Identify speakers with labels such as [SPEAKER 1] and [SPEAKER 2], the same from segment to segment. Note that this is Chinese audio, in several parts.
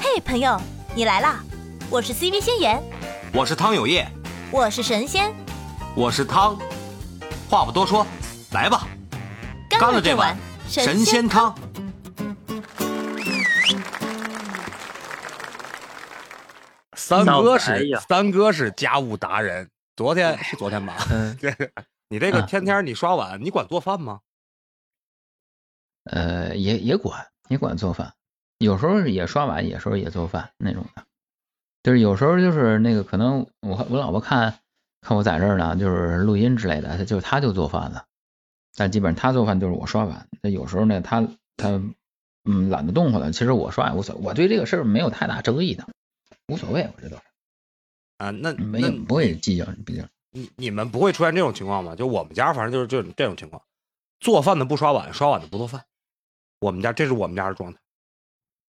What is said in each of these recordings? [SPEAKER 1] 嘿，朋友，你来啦！我是 CV 仙言，
[SPEAKER 2] 我是汤有业，
[SPEAKER 1] 我是神仙，
[SPEAKER 2] 我是汤。话不多说，来吧，
[SPEAKER 1] 干
[SPEAKER 2] 了这
[SPEAKER 1] 碗
[SPEAKER 2] 神仙汤。
[SPEAKER 3] 三哥是
[SPEAKER 4] 哎呀
[SPEAKER 3] 三哥是家务达人，昨天是昨天吧？
[SPEAKER 4] 嗯
[SPEAKER 3] 对，你这个
[SPEAKER 4] 嗯
[SPEAKER 3] 天天你刷碗，你管做饭吗？
[SPEAKER 4] 呃，也也管也管做饭，有时候也刷碗，有时候也做饭那种的。就是有时候就是那个可能我我老婆看看我在这儿呢，就是录音之类的，她就她就做饭了，但基本上她做饭就是我刷碗。那有时候呢，她她嗯懒得动活了，其实我刷也无所，我对这个事儿没有太大争议的，无所谓，我觉得
[SPEAKER 3] 啊，那
[SPEAKER 4] 没
[SPEAKER 3] 那
[SPEAKER 4] 有不会计较，毕竟
[SPEAKER 3] 你你们不会出现这种情况吗？就我们家反正就是这种这种情况，做饭的不刷碗，刷碗的不做饭。我们家这是我们家的状态，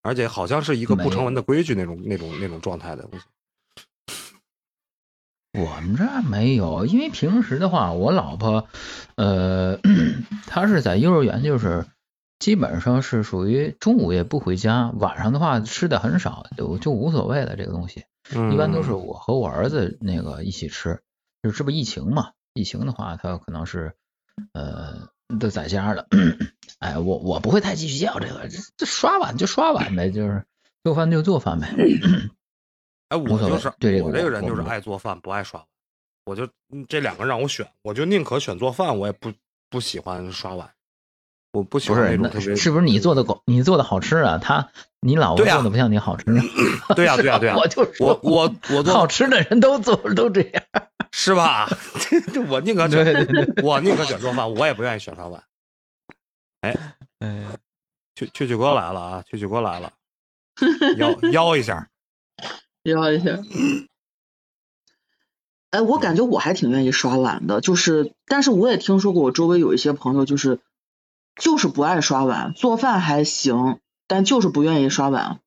[SPEAKER 3] 而且好像是一个不成文的规矩那种那种那种状态的东西。
[SPEAKER 4] 我们这儿没有，因为平时的话，我老婆，呃， 她是在幼儿园，就是基本上是属于中午也不回家，晚上的话吃的很少，就就无所谓了。这个东西
[SPEAKER 3] 嗯
[SPEAKER 4] 一般都是我和我儿子那个一起吃，就是这不疫情嘛，疫情的话，他可能是呃都在家了。 哎，我我不会太计较这个，这这刷碗就刷碗呗，就是做饭就做饭呗。
[SPEAKER 3] 哎，
[SPEAKER 4] 无
[SPEAKER 3] 我
[SPEAKER 4] 所谓
[SPEAKER 3] 就是
[SPEAKER 4] 对这个
[SPEAKER 3] 我这
[SPEAKER 4] 我
[SPEAKER 3] 个人
[SPEAKER 4] 我
[SPEAKER 3] 就是
[SPEAKER 4] 不
[SPEAKER 3] 爱做饭不爱刷碗，我就嗯这两个让我选，我就宁可选做饭，我也不不喜欢刷碗，我不喜
[SPEAKER 4] 不
[SPEAKER 3] 欢
[SPEAKER 4] 是
[SPEAKER 3] 那种
[SPEAKER 4] 那
[SPEAKER 3] 特别
[SPEAKER 4] 是不是你做的狗，你做的好吃啊？他你老婆
[SPEAKER 3] 对啊
[SPEAKER 4] 做的不像你好吃呢。
[SPEAKER 3] 对呀对呀对呀，
[SPEAKER 4] 我就
[SPEAKER 3] 我
[SPEAKER 4] 说
[SPEAKER 3] 我我
[SPEAKER 4] 好
[SPEAKER 3] 做
[SPEAKER 4] 吃的人都做都这样。
[SPEAKER 3] 是吧？ 这我宁 可选
[SPEAKER 4] 对对对
[SPEAKER 3] 我宁可选做饭，我也不愿意选刷碗。
[SPEAKER 4] 嗯，
[SPEAKER 3] 蛐蛐蛐哥来了啊！蛐蛐哥来了， 邀邀一下。
[SPEAKER 5] 聊一下。哎，我感觉我还挺愿意刷碗的，就是，但是我也听说过，我周围有一些朋友就是，就是不爱刷碗，做饭还行，但就是不愿意刷碗，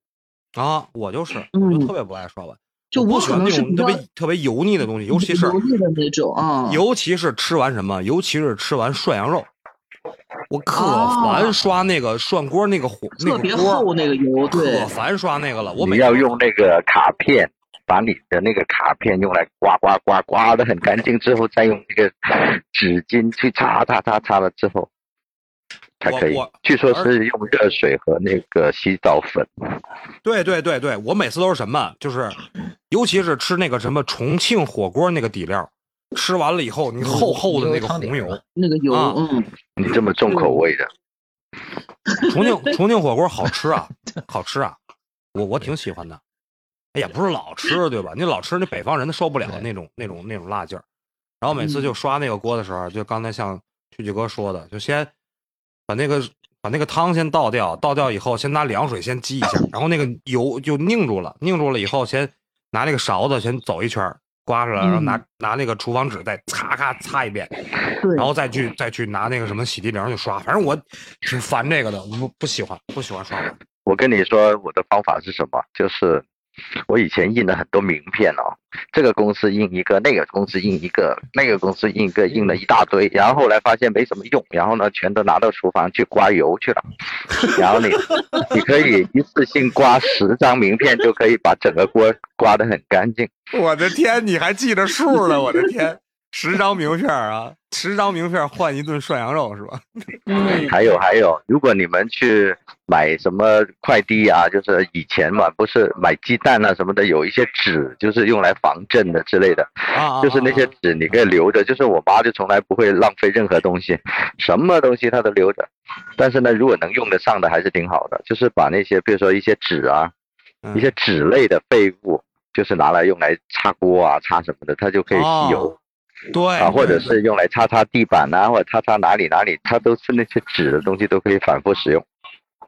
[SPEAKER 3] 啊，我就是，
[SPEAKER 5] 嗯
[SPEAKER 3] 我就特别不爱刷碗，
[SPEAKER 5] 就
[SPEAKER 3] 我
[SPEAKER 5] 我
[SPEAKER 3] 不喜
[SPEAKER 5] 可
[SPEAKER 3] 欢
[SPEAKER 5] 能
[SPEAKER 3] 那
[SPEAKER 5] 是
[SPEAKER 3] 种
[SPEAKER 5] 比
[SPEAKER 3] 特
[SPEAKER 5] 较
[SPEAKER 3] 别特别油腻的东西，尤其是
[SPEAKER 5] 油腻的那种啊，
[SPEAKER 3] 尤其是吃完什么，尤其是吃完涮羊肉，我可
[SPEAKER 5] 哦
[SPEAKER 3] 烦刷那个涮锅那个火那
[SPEAKER 5] 特别
[SPEAKER 3] 个锅
[SPEAKER 5] 厚，那个油，对
[SPEAKER 3] 可，烦刷那个了。我
[SPEAKER 6] 你
[SPEAKER 3] 每
[SPEAKER 6] 要用那个卡片，把你的那个卡片用来刮刮刮刮的很干净之后，再用那个纸巾去擦擦擦擦了之后，才可以
[SPEAKER 3] 我我。
[SPEAKER 6] 据说是用热水和那个洗澡粉。
[SPEAKER 3] 对对对对，我每次都是什么，就是尤其是吃那个什么重庆火锅那个底料，吃完了以后，你厚厚的那个
[SPEAKER 4] 汤底
[SPEAKER 3] 红
[SPEAKER 4] 儿
[SPEAKER 3] 油
[SPEAKER 4] 嘛，
[SPEAKER 5] 那个油，
[SPEAKER 3] 啊
[SPEAKER 5] 嗯，
[SPEAKER 6] 你这么重
[SPEAKER 3] 嗯
[SPEAKER 6] 口味的，
[SPEAKER 3] 重庆重庆火锅好吃啊，好吃啊，我我挺喜欢的。哎呀，不是老吃对吧？你老吃那北方人他受不了
[SPEAKER 4] 对
[SPEAKER 3] 那种那种那种辣劲儿。然后每次就刷那个锅的时候，就刚才像蛐蛐哥说的，就先把那个把那个汤先倒掉，倒掉以后先拿凉水先激一下，然后那个油就凝住了，凝住了以后先拿那个勺子先走一圈儿刮出来，然后拿拿那个厨房纸再擦咔擦一遍，
[SPEAKER 5] 对，
[SPEAKER 3] 然后再去再去拿那个什么洗涤灵去刷，反正我挺烦这个的，我不不喜欢不喜欢刷碗。
[SPEAKER 6] 我跟你说，我的方法是什么？就是我以前印了很多名片哦，这个公司印一个，那个公司印一个，那个公司印一个，印了一大堆，然后后来发现没什么用，然后呢，全都拿到厨房去刮油去了。然后你你可以一次性刮十张名片，就可以把整个锅刮得很干净。
[SPEAKER 3] 我的天，你还记着数呢？我的天，十张名片啊，十张名片换一顿涮羊肉是吧？
[SPEAKER 5] 嗯，
[SPEAKER 6] 还有还有，如果你们去买什么快递啊，就是以前嘛，不是买鸡蛋啊什么的，有一些纸就是用来防震的之类的。
[SPEAKER 3] 啊
[SPEAKER 6] 就是那些纸你可以留着，就是我妈就从来不会浪费任何东西， 什么东西她都留着。但是呢，如果能用得上的还是挺好的，就是把那些比如说一些纸啊，
[SPEAKER 3] 嗯
[SPEAKER 6] 一些纸类的废物，就是拿来用来擦锅啊、擦什么的，它就可以吸油、
[SPEAKER 3] 哦对
[SPEAKER 6] 啊，或者是用来擦擦地板啊，或者擦擦哪里哪里，它都是那些纸的东西都可以反复使用。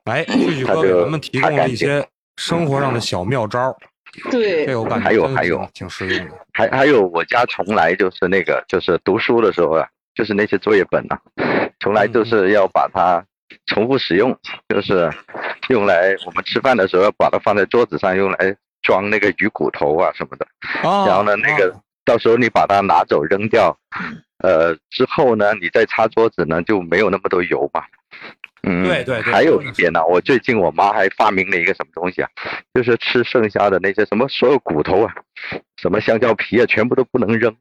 [SPEAKER 3] 哎，旭旭哥给咱们提供了一些生活上的小妙招，这
[SPEAKER 5] 对，
[SPEAKER 3] 个我感觉
[SPEAKER 6] 还有
[SPEAKER 3] 真的
[SPEAKER 6] 还有
[SPEAKER 3] 挺实用的。
[SPEAKER 6] 还还有我家从来就是那个就是读书的时候啊，就是那些作业本呐、从来都是要把它重复使用，就是用来我们吃饭的时候要把它放在桌子上，用来装那个鱼骨头啊什么的。
[SPEAKER 3] 啊
[SPEAKER 6] 然后呢，那个到时候你把它拿走扔掉，呃，之后呢，你再擦桌子呢就没有那么多油嘛。嗯，
[SPEAKER 3] 对对对
[SPEAKER 6] 还有
[SPEAKER 3] 真
[SPEAKER 6] 一
[SPEAKER 3] 的是
[SPEAKER 6] 点呢，我最近我妈还发明了一个什么东西啊，就是吃剩下的那些什么所有骨头啊，什么香蕉皮啊，全部都不能扔，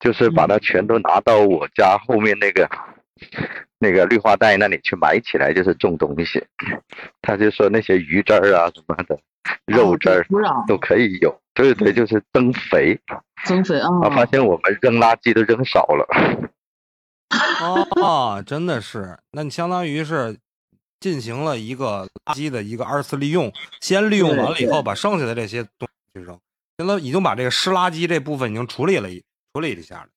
[SPEAKER 6] 就是把它全都拿到我家后面那个那个绿化带那里去埋起来，就是种东西。她就说那些鱼汁儿啊什么的，肉汁儿
[SPEAKER 5] 土壤
[SPEAKER 6] 都可以有。对对，就是增肥。
[SPEAKER 5] 增肥啊，
[SPEAKER 6] 啊，发现我们扔垃圾都扔少了。
[SPEAKER 3] 哦，真的是，那你相当于是进行了一个垃圾的一个二次利用，先利用完了以后，把剩下的这些东西去扔，相当于已经把这个湿垃圾这部分已经处理了一处理了一下了，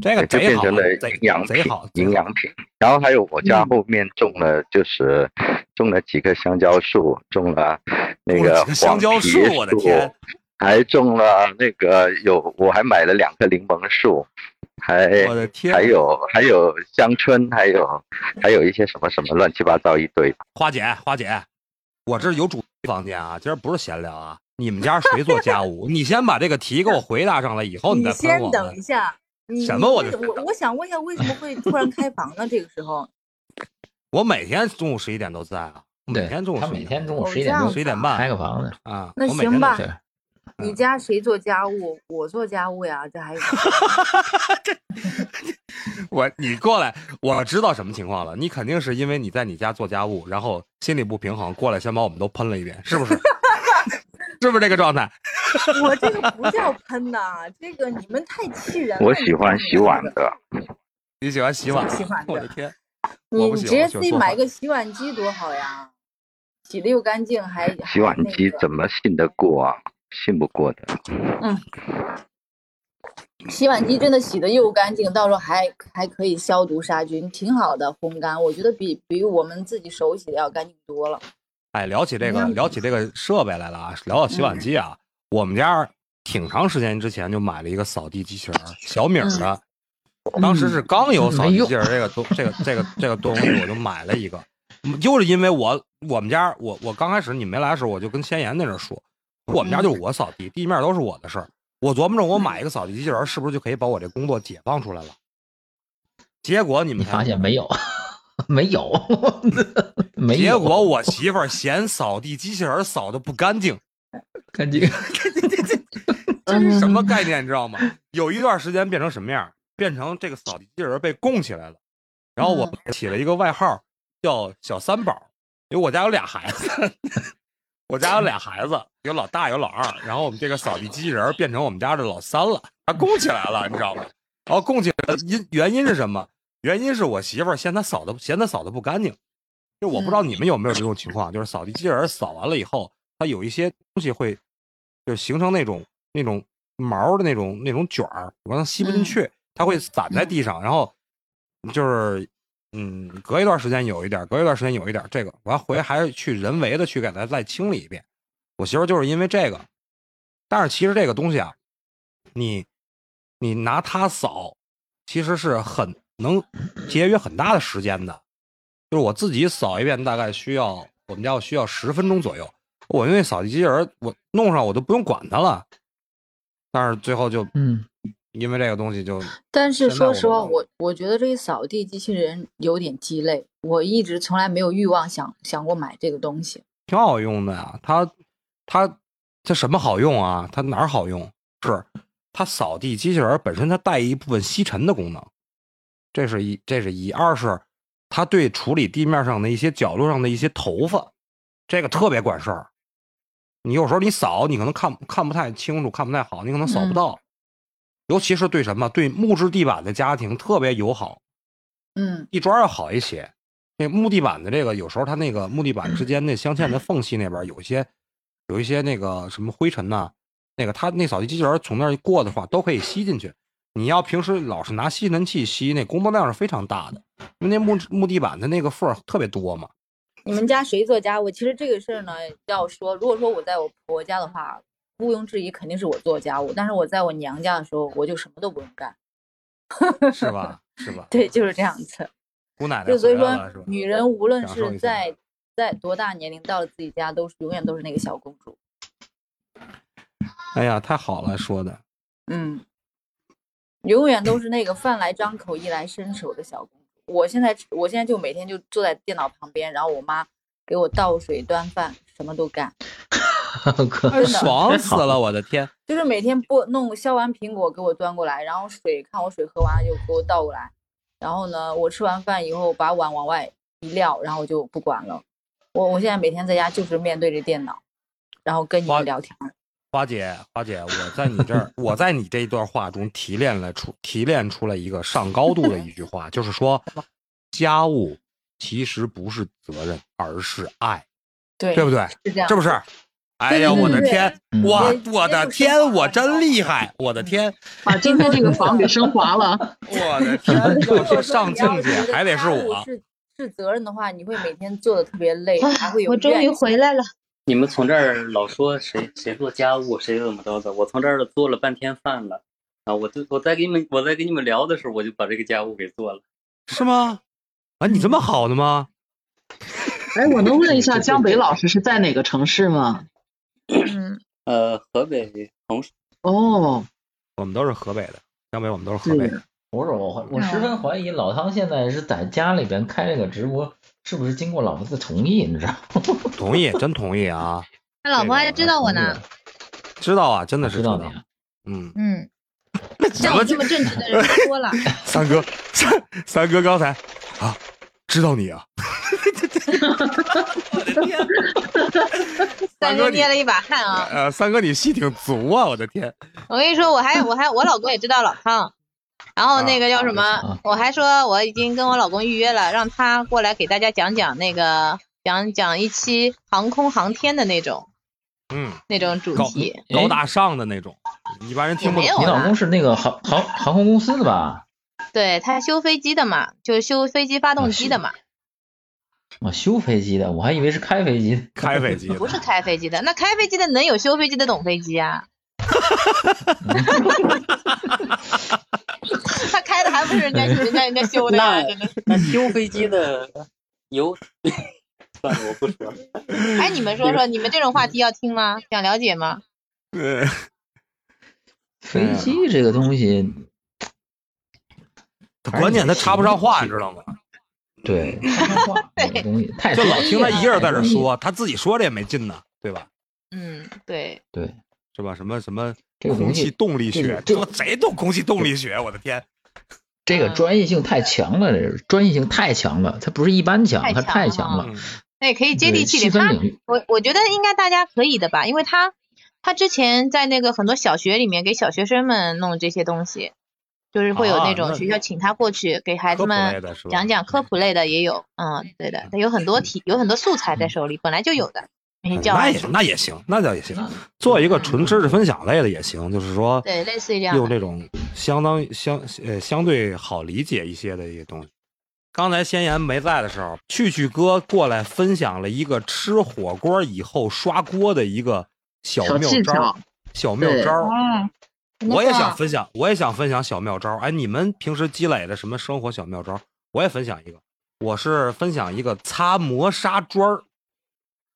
[SPEAKER 3] 这个
[SPEAKER 6] 就
[SPEAKER 3] 嗯贼
[SPEAKER 6] 哎变
[SPEAKER 3] 好，
[SPEAKER 6] 成了
[SPEAKER 3] 贼
[SPEAKER 6] 营养
[SPEAKER 3] 贼
[SPEAKER 6] 品
[SPEAKER 3] 好，，贼
[SPEAKER 6] 营
[SPEAKER 3] 好嗯
[SPEAKER 6] 养品。然后还有我家后面种了，就是种了几棵香蕉树，种了那
[SPEAKER 3] 种了
[SPEAKER 6] 个
[SPEAKER 3] 几棵香
[SPEAKER 6] 黄
[SPEAKER 3] 蕉
[SPEAKER 6] 皮
[SPEAKER 3] 树我的天
[SPEAKER 6] 还种了那个有，我还买了两棵柠檬树，还
[SPEAKER 3] 我的天，
[SPEAKER 6] 还有还有香椿，还有还有一些什么什么乱七八糟一堆。
[SPEAKER 3] 花姐，花姐，我这有主题房间啊，今儿不是闲聊啊。你们家谁做家务？你先把这个题给我回答上来，以后
[SPEAKER 7] 你
[SPEAKER 3] 再喷
[SPEAKER 7] 先
[SPEAKER 3] 我
[SPEAKER 7] 等一
[SPEAKER 3] 们。
[SPEAKER 7] 下，你
[SPEAKER 3] 什
[SPEAKER 7] 你
[SPEAKER 3] 么我
[SPEAKER 7] 为
[SPEAKER 3] 就
[SPEAKER 7] 我我想问一下，为什么会突然开房呢？这个时候，
[SPEAKER 3] 我每天中午十一点都在啊，我每
[SPEAKER 4] 对
[SPEAKER 3] 天中午
[SPEAKER 4] 他
[SPEAKER 3] 11
[SPEAKER 4] 每
[SPEAKER 3] 点
[SPEAKER 4] 天
[SPEAKER 3] 都
[SPEAKER 4] 中午
[SPEAKER 7] 哦
[SPEAKER 4] 十一点
[SPEAKER 7] 这
[SPEAKER 4] 钟
[SPEAKER 7] 样
[SPEAKER 3] 十一点
[SPEAKER 4] 开
[SPEAKER 3] 半
[SPEAKER 4] 个房子，
[SPEAKER 3] 啊，
[SPEAKER 7] 那
[SPEAKER 3] 我每天
[SPEAKER 7] 行吧
[SPEAKER 3] 都
[SPEAKER 4] 对
[SPEAKER 3] 在，
[SPEAKER 7] 你
[SPEAKER 3] 嗯
[SPEAKER 7] 家谁做家务？我做家务呀，这还有
[SPEAKER 3] 我你过来，我知道什么情况了。你肯定是因为你在你家做家务，然后心里不平衡，过来先把我们都喷了一遍，是不是？ 是不是这个状态？
[SPEAKER 7] 我这个不叫喷呐，这个你们太气人了。
[SPEAKER 6] 我喜欢
[SPEAKER 7] 你
[SPEAKER 6] 洗
[SPEAKER 7] 这个
[SPEAKER 6] 碗的，
[SPEAKER 3] 你喜欢洗碗？
[SPEAKER 7] 喜欢的
[SPEAKER 3] 我的天！
[SPEAKER 7] 你
[SPEAKER 3] 我不
[SPEAKER 7] 你
[SPEAKER 3] 喜
[SPEAKER 7] 直
[SPEAKER 3] 欢
[SPEAKER 7] 接
[SPEAKER 3] 我喜欢
[SPEAKER 7] 自己
[SPEAKER 3] 做
[SPEAKER 7] 买
[SPEAKER 3] 饭
[SPEAKER 7] 个洗碗机多好呀，洗的又干净，还
[SPEAKER 6] 洗碗机
[SPEAKER 7] 还那
[SPEAKER 6] 怎么信得过啊？信不过的。
[SPEAKER 7] 个洗碗机真的洗的又干净，到时候还还可以消毒杀菌，挺好的。烘干，我觉得比比我们自己手洗的要干净多了。
[SPEAKER 3] 哎，聊起这个，
[SPEAKER 7] 嗯
[SPEAKER 3] 聊起这个设备来了啊，聊到洗
[SPEAKER 4] 嗯
[SPEAKER 3] 碗机啊，我们家挺长时间之前就买了一个扫地机器人儿，小米儿的，
[SPEAKER 4] 嗯
[SPEAKER 3] 当时是刚有扫地机器人儿这个 东，这个这个这个东西，我就买了一个，嗯就是因为我我们家我我刚开始你没来的时候，我就跟先言在那说，我们家
[SPEAKER 4] 嗯
[SPEAKER 3] 就是我扫地，地面都是我的事儿，我琢磨着我买一个扫地机器人儿，是不是就可以把我这工作解放出来了？结果你
[SPEAKER 4] 你
[SPEAKER 3] 们
[SPEAKER 4] 发
[SPEAKER 3] 看，
[SPEAKER 4] 现没有？没有，没有。
[SPEAKER 3] 结果 我媳妇儿嫌扫地机器人儿扫的不干净。
[SPEAKER 4] 看这个，
[SPEAKER 3] 这是什么概念，你知道吗？有一段时间变成什么样儿？变成这个扫地机器人被供起来了，然后我起了一个外号叫小三宝，因为我家有俩孩子， 我家有俩孩子，有老大有老二，然后我们这个扫地机器人变成我们家的老三了，它供起来了，你知道吗？然后供起来了因原因是什么？原因是我媳妇儿嫌他扫的嫌他扫的不干净，就我不知道你们有没有这种情况，就是扫地机器人扫完了以后，它有一些东西会就形成那种那种毛的那种那种卷儿，完了吸不进
[SPEAKER 7] 嗯
[SPEAKER 3] 去，它会散在地上，然后就是嗯，隔一段时间有一点儿，隔一段时间有一点儿，这个完回还要去人为的去给它再清理一遍。我媳妇儿就是因为这个，但是其实这个东西啊，你你拿它扫，其实是很能节约很大的时间的。就是我自己扫一遍，大概需要我们家我需要十分钟左右。我因为扫地机器人儿，我弄上我都不用管它了。但是最后就
[SPEAKER 4] 嗯，
[SPEAKER 3] 因为这个东西就
[SPEAKER 7] 但是
[SPEAKER 3] 现在
[SPEAKER 7] 说
[SPEAKER 3] 我
[SPEAKER 7] 实
[SPEAKER 3] 们
[SPEAKER 7] 话，
[SPEAKER 3] 都
[SPEAKER 7] 我我觉得这个扫地机器人有点鸡肋，我一直从来没有欲望想想过买这个东西。
[SPEAKER 3] 挺好用的呀。它它它什么好用啊？它哪儿好用？是它扫地机器人儿本身它带一部分吸尘的功能，这是一这是一。二是它对处理地面上的一些角落上的一些头发，这个特别管事儿。你有时候你扫，你可能看看不太清楚，看不太好，你可能扫不
[SPEAKER 7] 嗯
[SPEAKER 3] 到。尤其是对什么对木质地板的家庭特别友好，
[SPEAKER 7] 嗯
[SPEAKER 3] 地砖要好一些。那木地板的这个，有时候它那个木地板之间那镶嵌的缝隙那边有一些，有一些那个什么灰尘呐、那个它那扫地机器人从那儿过的话，都可以吸进去。你要平时老是拿吸尘器吸，那工作量是非常大的，因为那木木地板的那个缝儿特别多 嘛。
[SPEAKER 7] 你们家谁做家务？其实这个事儿呢，要说如果说我在我婆家的话，毋庸置疑肯定是我做家务。但是我在我娘家的时候，我就什么都不用干。
[SPEAKER 3] 是吧？是吧？
[SPEAKER 7] 对，就是这样子。
[SPEAKER 3] 姑奶奶
[SPEAKER 7] 就所以
[SPEAKER 3] 回来了
[SPEAKER 7] 说
[SPEAKER 3] 是吧，
[SPEAKER 7] 女人无论
[SPEAKER 3] 享受一
[SPEAKER 7] 是
[SPEAKER 3] 下
[SPEAKER 7] 在在多大年龄到了自己家，都是永远都是那个小公主。
[SPEAKER 3] 哎呀，太好了，说的
[SPEAKER 7] 嗯，永远都是那个饭来张口、衣来伸手的小公主。
[SPEAKER 8] 我现在我现在就每天就坐在电脑旁边，然后我妈给我倒水、端饭，什么都干，
[SPEAKER 4] 哥，
[SPEAKER 8] 真的
[SPEAKER 2] 爽死了，我的天！
[SPEAKER 8] 就是每天剥弄削完苹果给我端过来，然后水看我水喝完了就给我倒过来，然后呢，我吃完饭以后把碗往外一撂，然后我就不管了。我我现在每天在家就是面对着电脑，然后跟你
[SPEAKER 3] 哇
[SPEAKER 8] 们聊天儿。
[SPEAKER 3] 花姐，花姐，我在你这 儿，我在你这一段话中提炼了出提炼出了一个上高度的一句话，就是 说，家务其实不是责任，而是爱，
[SPEAKER 8] 对，
[SPEAKER 3] 对不对？
[SPEAKER 8] 是这样
[SPEAKER 3] 是。不是？哎
[SPEAKER 8] 对
[SPEAKER 3] 呀，
[SPEAKER 8] 对
[SPEAKER 3] 我的
[SPEAKER 8] 对
[SPEAKER 3] 天
[SPEAKER 4] 嗯，
[SPEAKER 3] 我
[SPEAKER 8] 对
[SPEAKER 3] 我的
[SPEAKER 8] 这就是
[SPEAKER 3] 天，
[SPEAKER 8] 生活
[SPEAKER 3] 我真厉害，我的天，
[SPEAKER 5] 把今天这个房给升华 了。
[SPEAKER 8] 嗯
[SPEAKER 3] 我 的天，要是上境界还得是
[SPEAKER 8] 如果
[SPEAKER 3] 我
[SPEAKER 8] 说你要觉得家务。是是责任的话，你会每天做的特别累，还会有
[SPEAKER 7] 我终于
[SPEAKER 8] 怨气
[SPEAKER 7] 回来了，
[SPEAKER 9] 你们从这儿老说谁谁做家务，谁怎么着的，我从这儿做了半天饭了，啊，我就我在给你们我在跟你们聊的时候，我就把这个家务给做了。
[SPEAKER 3] 是吗？啊，你这
[SPEAKER 8] 嗯
[SPEAKER 3] 么好的吗？
[SPEAKER 5] 哎，我能问一下江北老师是在哪个城市吗？
[SPEAKER 8] 嗯，
[SPEAKER 9] 呃，河北衡水，
[SPEAKER 5] 哦，
[SPEAKER 3] 我们都是河北的，江北，我们都是河北的。
[SPEAKER 4] 不是我，我十分怀疑老汤现在是在家里边开这个直播，是不是经过老婆的同意？你知道吗？
[SPEAKER 3] 同意，真同意啊！
[SPEAKER 7] 他老婆还知道我呢。
[SPEAKER 3] 知道啊，真的是
[SPEAKER 4] 知道你啊，
[SPEAKER 3] 嗯，
[SPEAKER 7] 嗯，
[SPEAKER 3] 怎
[SPEAKER 7] 像
[SPEAKER 3] 么
[SPEAKER 7] 我这么正直的 人多了。
[SPEAKER 3] 三哥，三三哥刚才啊，知道你啊，
[SPEAKER 7] 三
[SPEAKER 3] 哥
[SPEAKER 7] 哥
[SPEAKER 3] 你
[SPEAKER 7] 捏了一把汗啊！
[SPEAKER 3] 呃，三哥你戏挺足啊，我的天，
[SPEAKER 7] 我跟你说，我还我还我老公也知道老汤，然后那个叫什么，
[SPEAKER 4] 啊
[SPEAKER 7] 我还说我已经跟我老公预约了，让他过来给大家讲讲那个讲讲一期航空航天的那种
[SPEAKER 3] 嗯，哎
[SPEAKER 7] 那种主
[SPEAKER 3] 高
[SPEAKER 7] 题。
[SPEAKER 3] 高大上的那种，一般人听不
[SPEAKER 7] 也没
[SPEAKER 3] 懂
[SPEAKER 7] 有。
[SPEAKER 4] 你老公是那个航航航空公司的吧？
[SPEAKER 7] 对他修飞机的嘛，就是修飞机
[SPEAKER 3] 啊
[SPEAKER 7] 发动机的嘛，
[SPEAKER 4] 我哦修飞机的，我还以为是开飞机的。
[SPEAKER 3] 开飞 机的
[SPEAKER 7] 不是开飞机的。那开飞机的能有修飞机的懂飞机啊？他开的还不是人家人家人家修的呀、
[SPEAKER 9] 那
[SPEAKER 7] 真的是。
[SPEAKER 9] 那修飞机的有，算了，我不说了。
[SPEAKER 7] 哎，你们说说，你们这种话题要听吗？想了解吗？
[SPEAKER 3] 呃
[SPEAKER 4] 飞机这个东西，
[SPEAKER 3] 关键他插不上话，你知道吗？
[SPEAKER 4] 对，插不上话 这个东西太
[SPEAKER 3] 就老听他一个人在
[SPEAKER 4] 这
[SPEAKER 3] 这说，他自己说的也没劲呢，对吧？
[SPEAKER 7] 嗯，对。
[SPEAKER 4] 对，
[SPEAKER 3] 是吧？什么什么
[SPEAKER 4] 这个
[SPEAKER 3] 空
[SPEAKER 4] 东
[SPEAKER 3] 气
[SPEAKER 4] 西，
[SPEAKER 3] 动力
[SPEAKER 4] 这
[SPEAKER 3] 学
[SPEAKER 4] 个，
[SPEAKER 3] 这谁懂空气动力学？我的天，
[SPEAKER 4] 这个专业性太强了，这是专业性太强了，它不是一般强，
[SPEAKER 7] 太
[SPEAKER 4] 它太
[SPEAKER 7] 强
[SPEAKER 4] 强
[SPEAKER 7] 了
[SPEAKER 4] 了，
[SPEAKER 3] 嗯
[SPEAKER 7] 那也可以接
[SPEAKER 4] 对
[SPEAKER 7] 地气
[SPEAKER 4] 细
[SPEAKER 7] 点。
[SPEAKER 4] 分
[SPEAKER 7] 他
[SPEAKER 4] 领域。
[SPEAKER 7] 我我觉得应该大家可以的吧，因为他他之前在那个很多小学里面给小学生们弄这些东西，就是会有
[SPEAKER 3] 啊
[SPEAKER 7] 那种
[SPEAKER 3] 那
[SPEAKER 7] 学校请他过去给孩
[SPEAKER 3] 科
[SPEAKER 7] 子
[SPEAKER 3] 普类
[SPEAKER 7] 们
[SPEAKER 3] 的是吧？
[SPEAKER 7] 讲讲科普类的也有，嗯，对的，他有很多题，有很多素材在手里，本来就有的那些
[SPEAKER 3] 嗯
[SPEAKER 7] 教
[SPEAKER 3] 哎那
[SPEAKER 7] 案
[SPEAKER 3] 也那也行，那倒也行，做一个纯知识分享类的也行，就是说，
[SPEAKER 7] 对类似于这样的
[SPEAKER 3] 用这种相当相呃相对好理解一些的一些东西。刚才先言没在的时候，趣趣哥过来分享了一个吃火锅以后刷锅的一个小
[SPEAKER 5] 小
[SPEAKER 3] 妙
[SPEAKER 5] 技
[SPEAKER 3] 招儿
[SPEAKER 5] 巧，
[SPEAKER 3] 小妙
[SPEAKER 5] 对
[SPEAKER 3] 招儿。
[SPEAKER 7] 嗯，
[SPEAKER 3] 我也想分享，我也想分享小妙招儿。哎，你们平时积累的什么生活小妙招儿？我也分享一个，我是分享一个擦磨砂砖儿。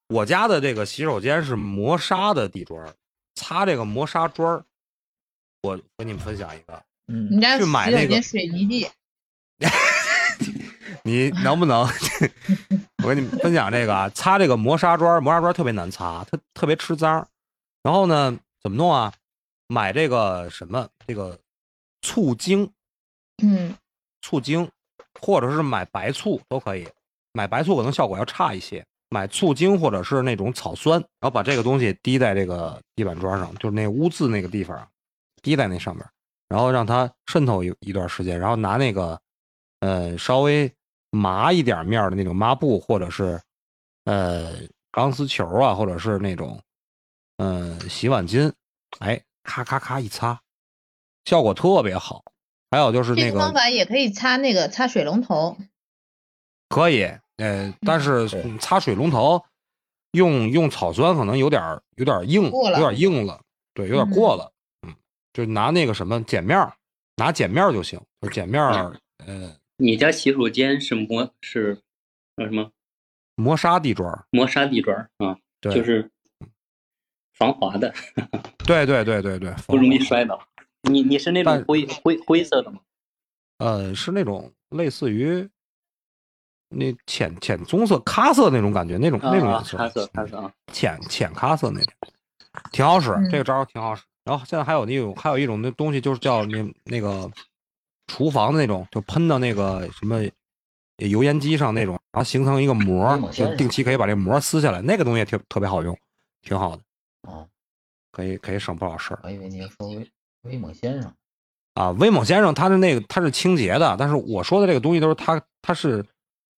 [SPEAKER 3] 我家的这个洗手间是磨砂的地砖儿，擦这个磨砂砖儿。我跟你们分享一个，
[SPEAKER 4] 嗯
[SPEAKER 7] 你，家
[SPEAKER 3] 去买那个
[SPEAKER 7] 水泥地，
[SPEAKER 3] 你能不能？我跟你分享这个啊，擦这个磨砂砖，磨砂砖特别难擦，它特别吃脏。然后呢，怎么弄啊？买这个什么，这个醋精，
[SPEAKER 7] 嗯，
[SPEAKER 3] 醋精，或者是买白醋都可以。买白醋可能效果要差一些，买醋精或者是那种草酸，然后把这个东西滴在这个地板砖上，就是那污渍那个地方啊，滴在那上面，然后让它渗透一一段时间，然后拿那个呃稍微麻一点面儿的那种抹布，或者是呃钢丝球啊，或者是那种呃洗碗巾，哎，咔咔咔一擦，效果特别好。还有就是那个
[SPEAKER 7] 法也可以擦那个擦水龙头，
[SPEAKER 3] 可以，呃，但是嗯擦水龙头用用草酸可能有点儿有点儿硬，
[SPEAKER 7] 过
[SPEAKER 3] 有
[SPEAKER 7] 了
[SPEAKER 3] 点儿硬了，对，有点儿过了，嗯，就拿那个什么碱面儿，拿碱面儿就行，就碱面儿，呃，
[SPEAKER 9] 你家洗手间是磨是叫什么
[SPEAKER 3] 磨砂地砖儿，
[SPEAKER 9] 磨砂地砖儿啊？
[SPEAKER 3] 对，
[SPEAKER 9] 就是防滑的，
[SPEAKER 3] 对对对对对，
[SPEAKER 9] 不容易
[SPEAKER 3] 防滑
[SPEAKER 9] 摔倒。你你是那
[SPEAKER 3] 但
[SPEAKER 9] 种灰灰灰色的吗？
[SPEAKER 3] 呃，是那种类似于那浅浅棕色、咖色那种感觉，那种
[SPEAKER 9] 啊
[SPEAKER 3] 那种
[SPEAKER 9] 啊
[SPEAKER 3] 颜，色，
[SPEAKER 9] 他色他色啊，
[SPEAKER 3] 浅浅咖色那种，挺好使，
[SPEAKER 7] 嗯
[SPEAKER 3] 这个招儿挺好使。然后现在还有那种还有一种那东西，就是叫那那个厨房的那种，就喷到那个什么油烟机上那种，然后形成一个膜儿
[SPEAKER 4] 嗯，我先
[SPEAKER 3] 就定期可以把这膜儿撕下来，那个东西也挺特别好用，挺好的，
[SPEAKER 4] 哦，
[SPEAKER 3] 可以可以省不少事儿
[SPEAKER 4] 我以为你要说威威猛先生，
[SPEAKER 3] 啊。威猛先生他是那个他是清洁的，但是我说的这个东西都是它它是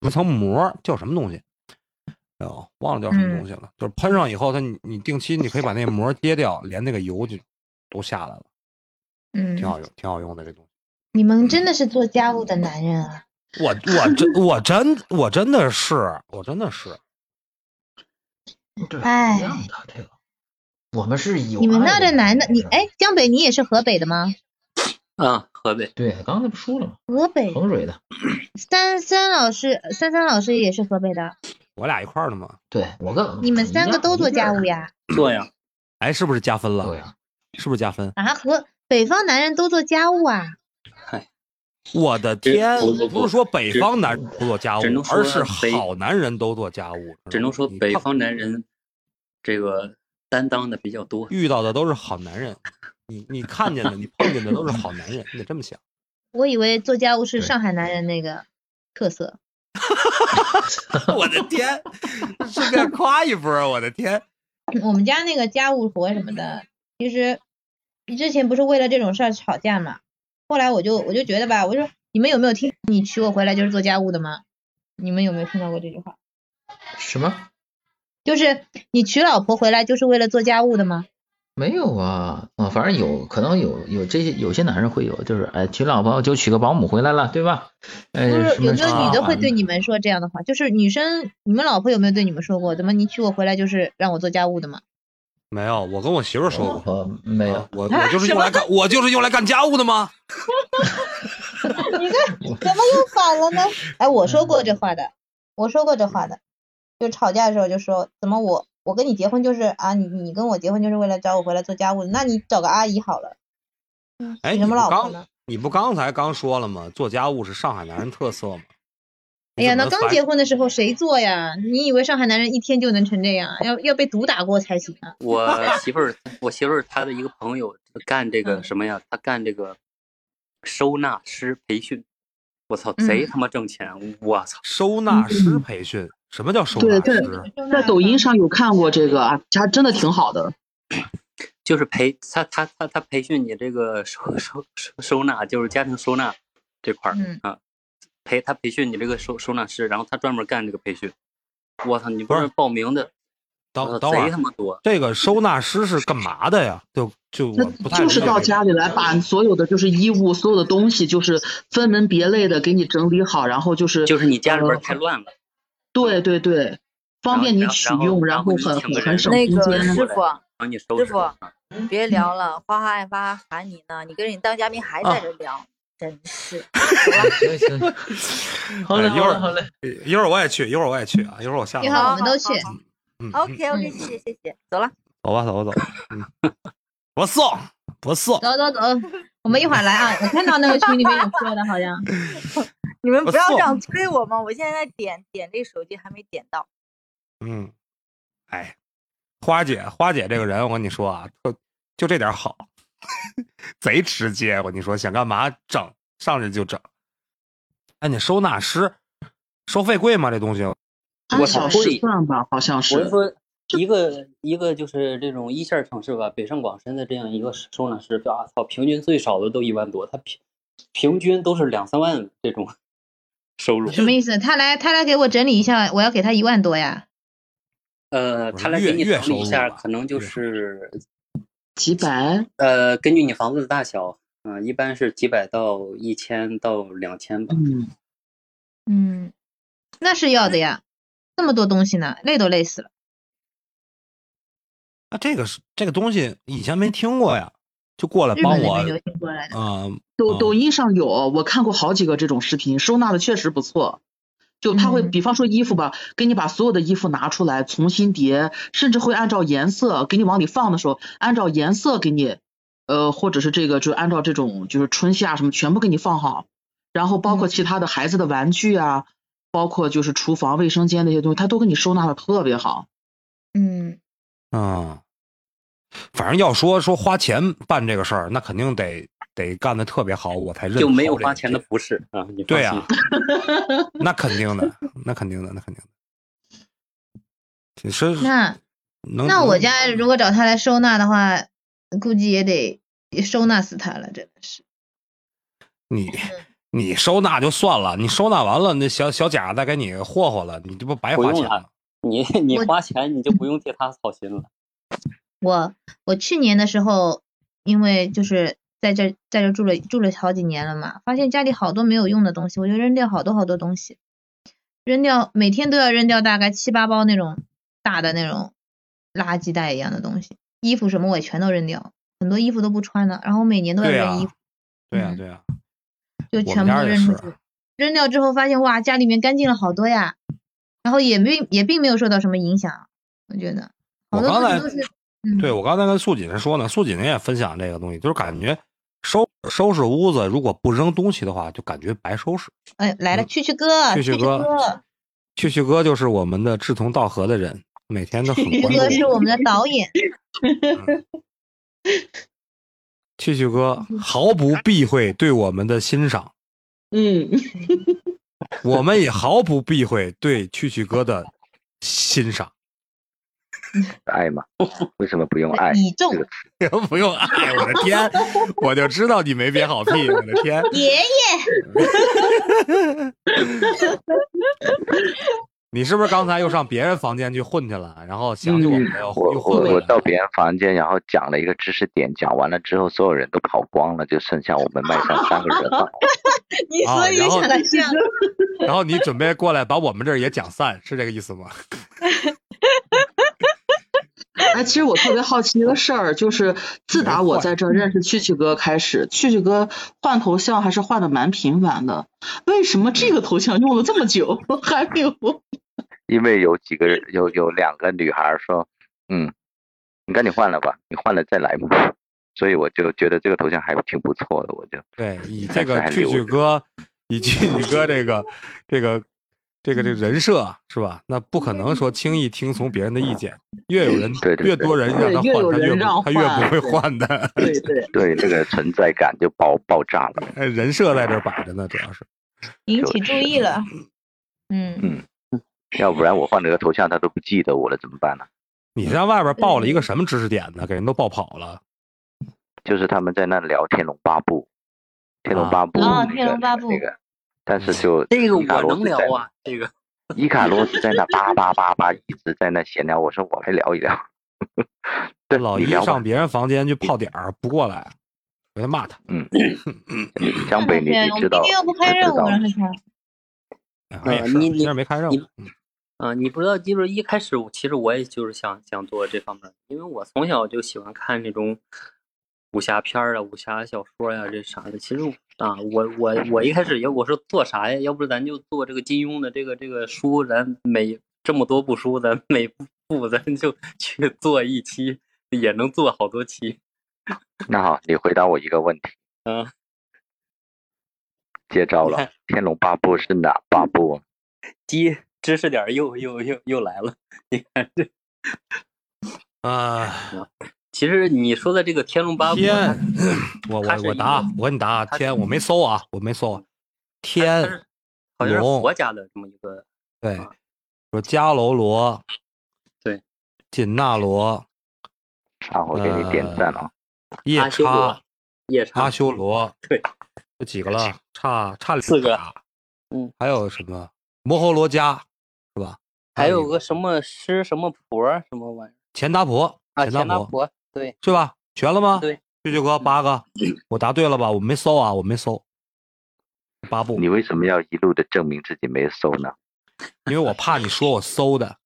[SPEAKER 3] 一层膜儿，叫什么东西？哎呦，忘了叫什么东西了，就是喷上以后，它你你定期你可以把那膜儿揭掉，连那个油就都下来了。
[SPEAKER 7] 嗯
[SPEAKER 3] 挺，好用，挺好用的这东西。
[SPEAKER 7] 你们
[SPEAKER 3] 嗯
[SPEAKER 7] 真的是做家务的男人啊！
[SPEAKER 3] 我我真我真我真的是我真的是
[SPEAKER 4] 这
[SPEAKER 7] 哎
[SPEAKER 4] 不一样的这个，我们是有
[SPEAKER 7] 你
[SPEAKER 3] 啊
[SPEAKER 7] 们那
[SPEAKER 4] 爱
[SPEAKER 7] 儿的男的，你
[SPEAKER 4] 是吧
[SPEAKER 7] 哎，江北你也是河北的吗？
[SPEAKER 9] 啊，河北
[SPEAKER 4] 对，刚才不说了吗？
[SPEAKER 7] 河北
[SPEAKER 4] 衡水的，
[SPEAKER 7] 三三老师，三三老师也是河北的，
[SPEAKER 3] 我俩一块儿的嘛。
[SPEAKER 4] 对我跟
[SPEAKER 7] 你们三个都做家务
[SPEAKER 4] 呀？
[SPEAKER 7] 呀？
[SPEAKER 9] 做呀，
[SPEAKER 3] 哎，是不是加分了？
[SPEAKER 4] 对啊呀，
[SPEAKER 3] 是不是加分？
[SPEAKER 7] 啊，河北方男人都做家务啊？
[SPEAKER 3] 我的天！
[SPEAKER 9] 不不不
[SPEAKER 3] 不是说北方男人不做家务
[SPEAKER 9] 只能，说
[SPEAKER 3] 而是
[SPEAKER 9] 北
[SPEAKER 3] 好男人都做家务。
[SPEAKER 9] 只能说
[SPEAKER 3] 你
[SPEAKER 9] 北
[SPEAKER 3] 看
[SPEAKER 9] 方男人这个担当的比较 多。
[SPEAKER 3] 遇到的都是好男人，你你看见的、你碰见的都是好男人，你得这么想。
[SPEAKER 7] 我以为做家务是
[SPEAKER 4] 对
[SPEAKER 7] 上海男人那个特色。
[SPEAKER 3] 我的天，顺便夸一波！我的天，
[SPEAKER 7] 我们家那个家务活什么的，其实之前不是为了这种事儿吵架嘛。后来我就我就觉得吧，我就说你们有没有听你娶我回来就是做家务的吗？你们有没有听到过这句话？
[SPEAKER 4] 什么
[SPEAKER 7] 就是你娶老婆回来就是为了做家务的吗？
[SPEAKER 4] 没有啊？啊，反正有可能有有这些有些男人会有，就是哎娶老婆就娶个保姆回来了，对吧？哎，
[SPEAKER 7] 就是
[SPEAKER 4] 什么
[SPEAKER 7] 有没有女的会对
[SPEAKER 4] 啊
[SPEAKER 7] 你们说这样的话？就是女生，你们老婆有没有对你们说过，怎么你娶我回来就是让我做家务的吗？
[SPEAKER 3] 没有，我跟我媳妇儿说
[SPEAKER 4] 老
[SPEAKER 3] 过，
[SPEAKER 4] 婆哦
[SPEAKER 7] 哦
[SPEAKER 4] 没有
[SPEAKER 3] 啊？我我就是用来干，我就是用来干家务的吗？
[SPEAKER 7] 怎么又反了呢？ 哎，我说过这话的，我说过这话的，就吵架的时候就说，怎么我我跟你结婚就是啊，你你跟我结婚就是为了找我回来做家务的，那你找个阿姨好了，
[SPEAKER 3] 哎，
[SPEAKER 7] 娶
[SPEAKER 3] 你
[SPEAKER 7] 什
[SPEAKER 3] 不
[SPEAKER 7] 么老婆
[SPEAKER 3] 刚
[SPEAKER 7] 呢？
[SPEAKER 3] 你不刚才刚说了吗？做家务是上海男人特色吗？
[SPEAKER 7] 哎呀，
[SPEAKER 3] 你
[SPEAKER 7] 那
[SPEAKER 3] 怎么
[SPEAKER 7] 刚
[SPEAKER 3] 反
[SPEAKER 7] 结婚的时候谁做呀？你以为上海男人一天就能成这样啊？要要被毒打过才行啊！
[SPEAKER 9] 我媳妇儿，我媳妇儿她的一个朋友干这个什么呀？她干这个收纳师培训，我操，贼他妈挣钱！我操，
[SPEAKER 3] 收纳师培训？什么叫收纳
[SPEAKER 5] 对
[SPEAKER 3] 师？
[SPEAKER 7] 就那
[SPEAKER 5] 在抖
[SPEAKER 7] 样
[SPEAKER 5] 音上有看过这个啊，还真的挺好的。
[SPEAKER 9] 就是培她她她她培训你这个收收收收纳，就是家庭收纳这块儿、
[SPEAKER 7] 嗯
[SPEAKER 9] 啊，培她培训你这个收收纳师，然后她专门干这个培训。我操，你
[SPEAKER 3] 不
[SPEAKER 9] 不是
[SPEAKER 3] 是
[SPEAKER 9] 报名的，
[SPEAKER 3] 等
[SPEAKER 9] 我
[SPEAKER 3] 等
[SPEAKER 9] 操
[SPEAKER 3] 会
[SPEAKER 9] 贼他
[SPEAKER 3] 儿，
[SPEAKER 9] 妈多。
[SPEAKER 3] 这个收纳师是干嘛的呀？就就我不
[SPEAKER 5] 那
[SPEAKER 3] 太
[SPEAKER 5] 就是
[SPEAKER 3] 理解这个
[SPEAKER 5] 到家里来，把所有的就是衣物、所有的东西，就是分门别类的给你整理好，然后就是
[SPEAKER 9] 就是你家里边
[SPEAKER 5] 呃
[SPEAKER 9] 太乱了，
[SPEAKER 5] 对对对，方便你取用，
[SPEAKER 9] 然
[SPEAKER 5] 然
[SPEAKER 9] 后
[SPEAKER 5] 后
[SPEAKER 9] 然后
[SPEAKER 5] 很
[SPEAKER 9] 然后你请个
[SPEAKER 5] 很
[SPEAKER 9] 人
[SPEAKER 5] 很省
[SPEAKER 8] 那
[SPEAKER 5] 空
[SPEAKER 8] 个
[SPEAKER 5] 间。
[SPEAKER 8] 师傅啊，
[SPEAKER 9] 然后你收
[SPEAKER 8] 师
[SPEAKER 9] 拾
[SPEAKER 8] 傅
[SPEAKER 9] 啊。
[SPEAKER 3] 嗯
[SPEAKER 8] 别聊了，花花爱发喊你呢，你跟你当嘉宾还
[SPEAKER 3] 啊
[SPEAKER 8] 在这聊，真 是。
[SPEAKER 4] 行行，行好嘞
[SPEAKER 3] 哎一会
[SPEAKER 4] 好
[SPEAKER 3] 儿
[SPEAKER 4] 嘞好嘞。
[SPEAKER 3] 一会儿我也去，一会儿我也去啊，一会儿我下
[SPEAKER 7] 一
[SPEAKER 3] 了
[SPEAKER 7] 会儿
[SPEAKER 3] 班。
[SPEAKER 7] 我们都去。
[SPEAKER 3] 嗯，嗯
[SPEAKER 8] OK
[SPEAKER 7] 嗯
[SPEAKER 8] OK，谢谢谢谢，走了，
[SPEAKER 3] 走吧，走吧，走。嗯，不送，不送，
[SPEAKER 7] 走走走，我们一会儿来啊！我看到那个群里面有说的，好像
[SPEAKER 8] 你们
[SPEAKER 3] 不
[SPEAKER 8] 不要
[SPEAKER 3] 啊
[SPEAKER 8] 这
[SPEAKER 3] 错
[SPEAKER 8] 样催我嘛，我现在在点点这手机还没点到。
[SPEAKER 3] 嗯，哎，花姐，花姐这个人，我跟你说啊，就就这点好， 贼直接。我跟你说，想干嘛整，上去就整。哎，你收纳师收费贵吗？这东西？啊
[SPEAKER 9] 啊
[SPEAKER 5] 按小
[SPEAKER 9] 我
[SPEAKER 5] 时
[SPEAKER 9] 想
[SPEAKER 5] 算吧，好像
[SPEAKER 9] 我是
[SPEAKER 5] 是。
[SPEAKER 9] 说，一个一个就是这种一线城市吧，北上广深的这样一个收纳师，啊操，平均最少的都一万多，他平平均都是两三万这种 收入。
[SPEAKER 7] 什么意思？他来他来给我整理一下，我要给他一万多呀。
[SPEAKER 9] 呃，他来
[SPEAKER 3] 月
[SPEAKER 9] 给你
[SPEAKER 3] 月
[SPEAKER 9] 整理一
[SPEAKER 3] 收入
[SPEAKER 9] 下，
[SPEAKER 3] 吧
[SPEAKER 9] 可能就
[SPEAKER 3] 月收入
[SPEAKER 9] 是
[SPEAKER 5] 几百，
[SPEAKER 9] 呃，根据你房子的大小，嗯、一般是几百到一千到两千吧。
[SPEAKER 5] 嗯，
[SPEAKER 7] 嗯，那是要的呀，那么多东西呢，累都累死了。
[SPEAKER 3] 啊，这个是这个东西以前没听过呀，就过来
[SPEAKER 7] 日
[SPEAKER 3] 帮
[SPEAKER 7] 本那
[SPEAKER 3] 我
[SPEAKER 7] 边，流行过来的，
[SPEAKER 3] 嗯、
[SPEAKER 5] 抖
[SPEAKER 3] 嗯
[SPEAKER 5] 抖音上有，我看过好几个这种视频，收纳的确实不错。就他会，
[SPEAKER 7] 嗯
[SPEAKER 5] 比方说衣服吧，给你把所有的衣服拿出来重新叠，甚至会按照颜色给你往里放的时候，按照颜色给你，呃，或者是这个就按照这种就是春夏什么全部给你放好，然后包括其他的孩子的玩具啊，包括就是厨房、卫生间那些东西，他都给你收纳的特别好。
[SPEAKER 7] 嗯，
[SPEAKER 3] 啊，反正要说说花钱办这个事儿，那肯定得得干的特别好，我才认
[SPEAKER 9] 就没有
[SPEAKER 3] 掏这个
[SPEAKER 9] 花钱的
[SPEAKER 3] 劲，
[SPEAKER 9] 不是啊，你放
[SPEAKER 3] 对
[SPEAKER 9] 心
[SPEAKER 3] 啊， 那肯定的，那肯定的，那肯定的。其实
[SPEAKER 7] 那
[SPEAKER 3] 能
[SPEAKER 7] 那我
[SPEAKER 3] 能
[SPEAKER 7] 家如果找他来收纳的话，估计也得也收纳死他了，真的是。
[SPEAKER 3] 你
[SPEAKER 7] 嗯
[SPEAKER 3] 你收纳就算了，你收纳完了，那小小贾再给你霍霍了，你这不白
[SPEAKER 9] 不
[SPEAKER 3] 花
[SPEAKER 9] 用
[SPEAKER 3] 钱
[SPEAKER 9] 了
[SPEAKER 3] 吗？
[SPEAKER 9] 你 你
[SPEAKER 7] 我
[SPEAKER 9] 花钱你就不用替他操心了。
[SPEAKER 7] 我我去年的时候，因为就是在这在这住了住了好几年了嘛，发现家里好多没有用的东西，我就扔掉好多好多东西，扔掉每天都要扔掉大概七八包那种大的那种垃圾袋一样的东西，衣服什么我也全都扔掉，很多衣服都不穿了，然后每年都要
[SPEAKER 3] 对啊呀、
[SPEAKER 7] 扔衣服，
[SPEAKER 3] 对呀、
[SPEAKER 7] 嗯
[SPEAKER 3] 对啊呀、
[SPEAKER 7] 就
[SPEAKER 3] 我
[SPEAKER 7] 全
[SPEAKER 3] 们
[SPEAKER 7] 部
[SPEAKER 3] 家
[SPEAKER 7] 都
[SPEAKER 3] 也
[SPEAKER 7] 扔出
[SPEAKER 3] 是
[SPEAKER 7] 去。扔掉之后发现哇，家里面干净了好多呀，然后也没也并没有受到什么影响，我觉得好
[SPEAKER 3] 我刚
[SPEAKER 7] 多东西
[SPEAKER 3] 才
[SPEAKER 7] 都是，嗯，
[SPEAKER 3] 对，我刚才跟素锦说呢，素锦也分享这个东西，就是感觉收收拾屋子，如果不扔东西的话，就感觉白收拾。
[SPEAKER 7] 哎来了，
[SPEAKER 3] 嗯
[SPEAKER 7] 蛐蛐哥，
[SPEAKER 3] 旭
[SPEAKER 7] 蛐
[SPEAKER 3] 旭
[SPEAKER 7] 蛐
[SPEAKER 3] 哥，旭旭哥就是我们的志同道合的人，每天 都很
[SPEAKER 7] 蛐
[SPEAKER 3] 关
[SPEAKER 7] 蛐哥
[SPEAKER 3] 注
[SPEAKER 7] 是我们的导演，
[SPEAKER 3] 旭旭哥，
[SPEAKER 7] 嗯
[SPEAKER 3] 毫不避讳对我们的欣赏，
[SPEAKER 5] 嗯，
[SPEAKER 3] 我们也毫不避讳对旭旭哥的欣赏。
[SPEAKER 6] 爱嘛，为什么不用
[SPEAKER 3] 哎
[SPEAKER 6] 爱？
[SPEAKER 7] 倚重
[SPEAKER 6] 这个词
[SPEAKER 3] 不用爱，我的天，我就知道你没憋好屁，我的天。
[SPEAKER 7] 爷爷
[SPEAKER 3] 你是不是刚才又上别人房间去混去了？然后想起我们了，又
[SPEAKER 6] 嗯
[SPEAKER 7] 哦
[SPEAKER 6] 我
[SPEAKER 3] 又
[SPEAKER 6] 我
[SPEAKER 3] 混回
[SPEAKER 6] 我
[SPEAKER 7] 啊
[SPEAKER 3] 来
[SPEAKER 6] 到
[SPEAKER 3] 了啊
[SPEAKER 6] 别人房间，然后讲了一个知识点，讲完了之后，所有人都跑光了，就剩下我们麦上三个人 了。
[SPEAKER 7] 你
[SPEAKER 3] 啊
[SPEAKER 7] 所以
[SPEAKER 3] 然后
[SPEAKER 7] 想的这样，
[SPEAKER 3] 然后你准备过来把我们这儿也讲散，是这个意思吗？
[SPEAKER 5] 哎，其实我特别好奇一个事儿，就是自打我在这儿认识蛐蛐哥开始，蛐蛐哥换头像还是换的蛮频繁的，为什么这个头像用了这么久还没有？
[SPEAKER 6] 因为有几个人有有两个女孩说，嗯，你赶紧换了吧，你换了再来吧。所以我就觉得这个头像还挺不错的，我就
[SPEAKER 3] 对，以
[SPEAKER 6] 但
[SPEAKER 3] 这
[SPEAKER 6] 是
[SPEAKER 3] 个
[SPEAKER 6] 还
[SPEAKER 3] 蛐
[SPEAKER 6] 留
[SPEAKER 3] 蛐
[SPEAKER 6] 着
[SPEAKER 3] 哥，以蛐蛐哥这个这个这个这个人设啊是吧？那不可能说轻易听从别人的意见，越有人
[SPEAKER 6] 对对
[SPEAKER 3] 越多人让他
[SPEAKER 5] 对越有
[SPEAKER 3] 换，他越
[SPEAKER 5] 人让
[SPEAKER 3] 不他越
[SPEAKER 5] 换
[SPEAKER 3] 不会换的。
[SPEAKER 5] 对对，
[SPEAKER 6] 对那个存在感就爆爆炸了。
[SPEAKER 3] 哎人设在这儿摆着呢，主要是。
[SPEAKER 7] 引起注意了，嗯，
[SPEAKER 6] 要不然我换了个头像，他都不记得我了，怎么办呢？
[SPEAKER 3] 你上外边报了一个什么知识点呢？给人都报跑了。
[SPEAKER 6] 就是他们在那聊《天龙八部》，《天龙
[SPEAKER 3] 啊
[SPEAKER 6] 八部》
[SPEAKER 7] 哦
[SPEAKER 6] 那
[SPEAKER 7] 天
[SPEAKER 6] 个
[SPEAKER 7] 龙八
[SPEAKER 6] 那个
[SPEAKER 7] 部
[SPEAKER 6] 那个，但是就
[SPEAKER 9] 这个
[SPEAKER 6] 伊卡
[SPEAKER 9] 我
[SPEAKER 6] 洛
[SPEAKER 9] 能
[SPEAKER 6] 斯
[SPEAKER 9] 聊
[SPEAKER 6] 在
[SPEAKER 9] 啊，这个
[SPEAKER 6] 伊卡洛斯在那叭叭叭叭一直在那闲聊，我说我来聊一聊。对，
[SPEAKER 3] 老
[SPEAKER 6] 你
[SPEAKER 3] 一
[SPEAKER 6] 聊吧
[SPEAKER 3] 上。别人房间去泡点儿不过来，我就骂他。
[SPEAKER 6] 江北你，
[SPEAKER 7] 看
[SPEAKER 6] 你
[SPEAKER 7] 看
[SPEAKER 6] 知
[SPEAKER 7] 哎我
[SPEAKER 6] 道
[SPEAKER 7] 们今天又不开
[SPEAKER 6] 知
[SPEAKER 7] 任务
[SPEAKER 6] 道
[SPEAKER 7] 了，是吧？
[SPEAKER 3] 哎呀，
[SPEAKER 9] 呃
[SPEAKER 3] 是
[SPEAKER 9] 你
[SPEAKER 3] 今
[SPEAKER 9] 你
[SPEAKER 3] 天没看任
[SPEAKER 9] 你
[SPEAKER 3] 务。嗯
[SPEAKER 9] 啊、你不知道，就是一开始我其实我也就是想想做这方面，因为我从小就喜欢看这种武侠片儿啊、武侠小说呀、这啥的。其实啊，我我我一开始也我说做啥呀？要不咱就做这个金庸的这个这个书，咱每这么多部书，咱每部咱就 去做一期，也能做好多期。
[SPEAKER 6] 那好，你回答我一个问题。
[SPEAKER 9] 嗯，
[SPEAKER 6] 接招了，
[SPEAKER 9] 你
[SPEAKER 6] 《
[SPEAKER 9] 看
[SPEAKER 6] 天龙八部》是哪八部？啊
[SPEAKER 9] 鸡知识点儿又又又又来了，你看这。
[SPEAKER 3] 啊，
[SPEAKER 9] 其实你说的这个《天龙八部》它
[SPEAKER 3] 天
[SPEAKER 9] 是一个，
[SPEAKER 3] 我
[SPEAKER 9] 它
[SPEAKER 3] 我
[SPEAKER 9] 是
[SPEAKER 3] 我
[SPEAKER 9] 一
[SPEAKER 3] 答啊
[SPEAKER 9] 个，
[SPEAKER 3] 我给你答啊，
[SPEAKER 9] 它是
[SPEAKER 3] 天，我没搜啊，我没搜啊，
[SPEAKER 9] 它
[SPEAKER 3] 天
[SPEAKER 9] 是，好像是
[SPEAKER 3] 龙
[SPEAKER 9] 佛家的这么一个，
[SPEAKER 3] 对
[SPEAKER 9] 啊，
[SPEAKER 3] 说迦楼罗，
[SPEAKER 9] 对，
[SPEAKER 3] 紧那罗，
[SPEAKER 6] 啊，我给你点赞了。
[SPEAKER 3] 呃，夜
[SPEAKER 9] 阿修
[SPEAKER 3] 叉
[SPEAKER 9] 罗，夜
[SPEAKER 3] 阿
[SPEAKER 9] 叉，
[SPEAKER 3] 修罗，
[SPEAKER 9] 对，
[SPEAKER 3] 这几个了，差差俩
[SPEAKER 9] 四个，嗯，
[SPEAKER 3] 还有什么摩诃罗伽是吧？
[SPEAKER 9] 还有
[SPEAKER 3] 一
[SPEAKER 9] 个什么师什么婆什么玩意
[SPEAKER 3] 钱达婆，
[SPEAKER 9] 儿啊，
[SPEAKER 3] 钱达
[SPEAKER 9] 钱大
[SPEAKER 3] 婆
[SPEAKER 9] 婆，对
[SPEAKER 3] 是吧？全了吗？
[SPEAKER 9] 对，嗯
[SPEAKER 3] 舅舅哥八个，我答对了吧？我没搜啊，我没搜，
[SPEAKER 9] 嗯
[SPEAKER 3] 八部，
[SPEAKER 6] 你为什么要一路的证明自己没搜呢？
[SPEAKER 3] 因为我怕你说我搜的，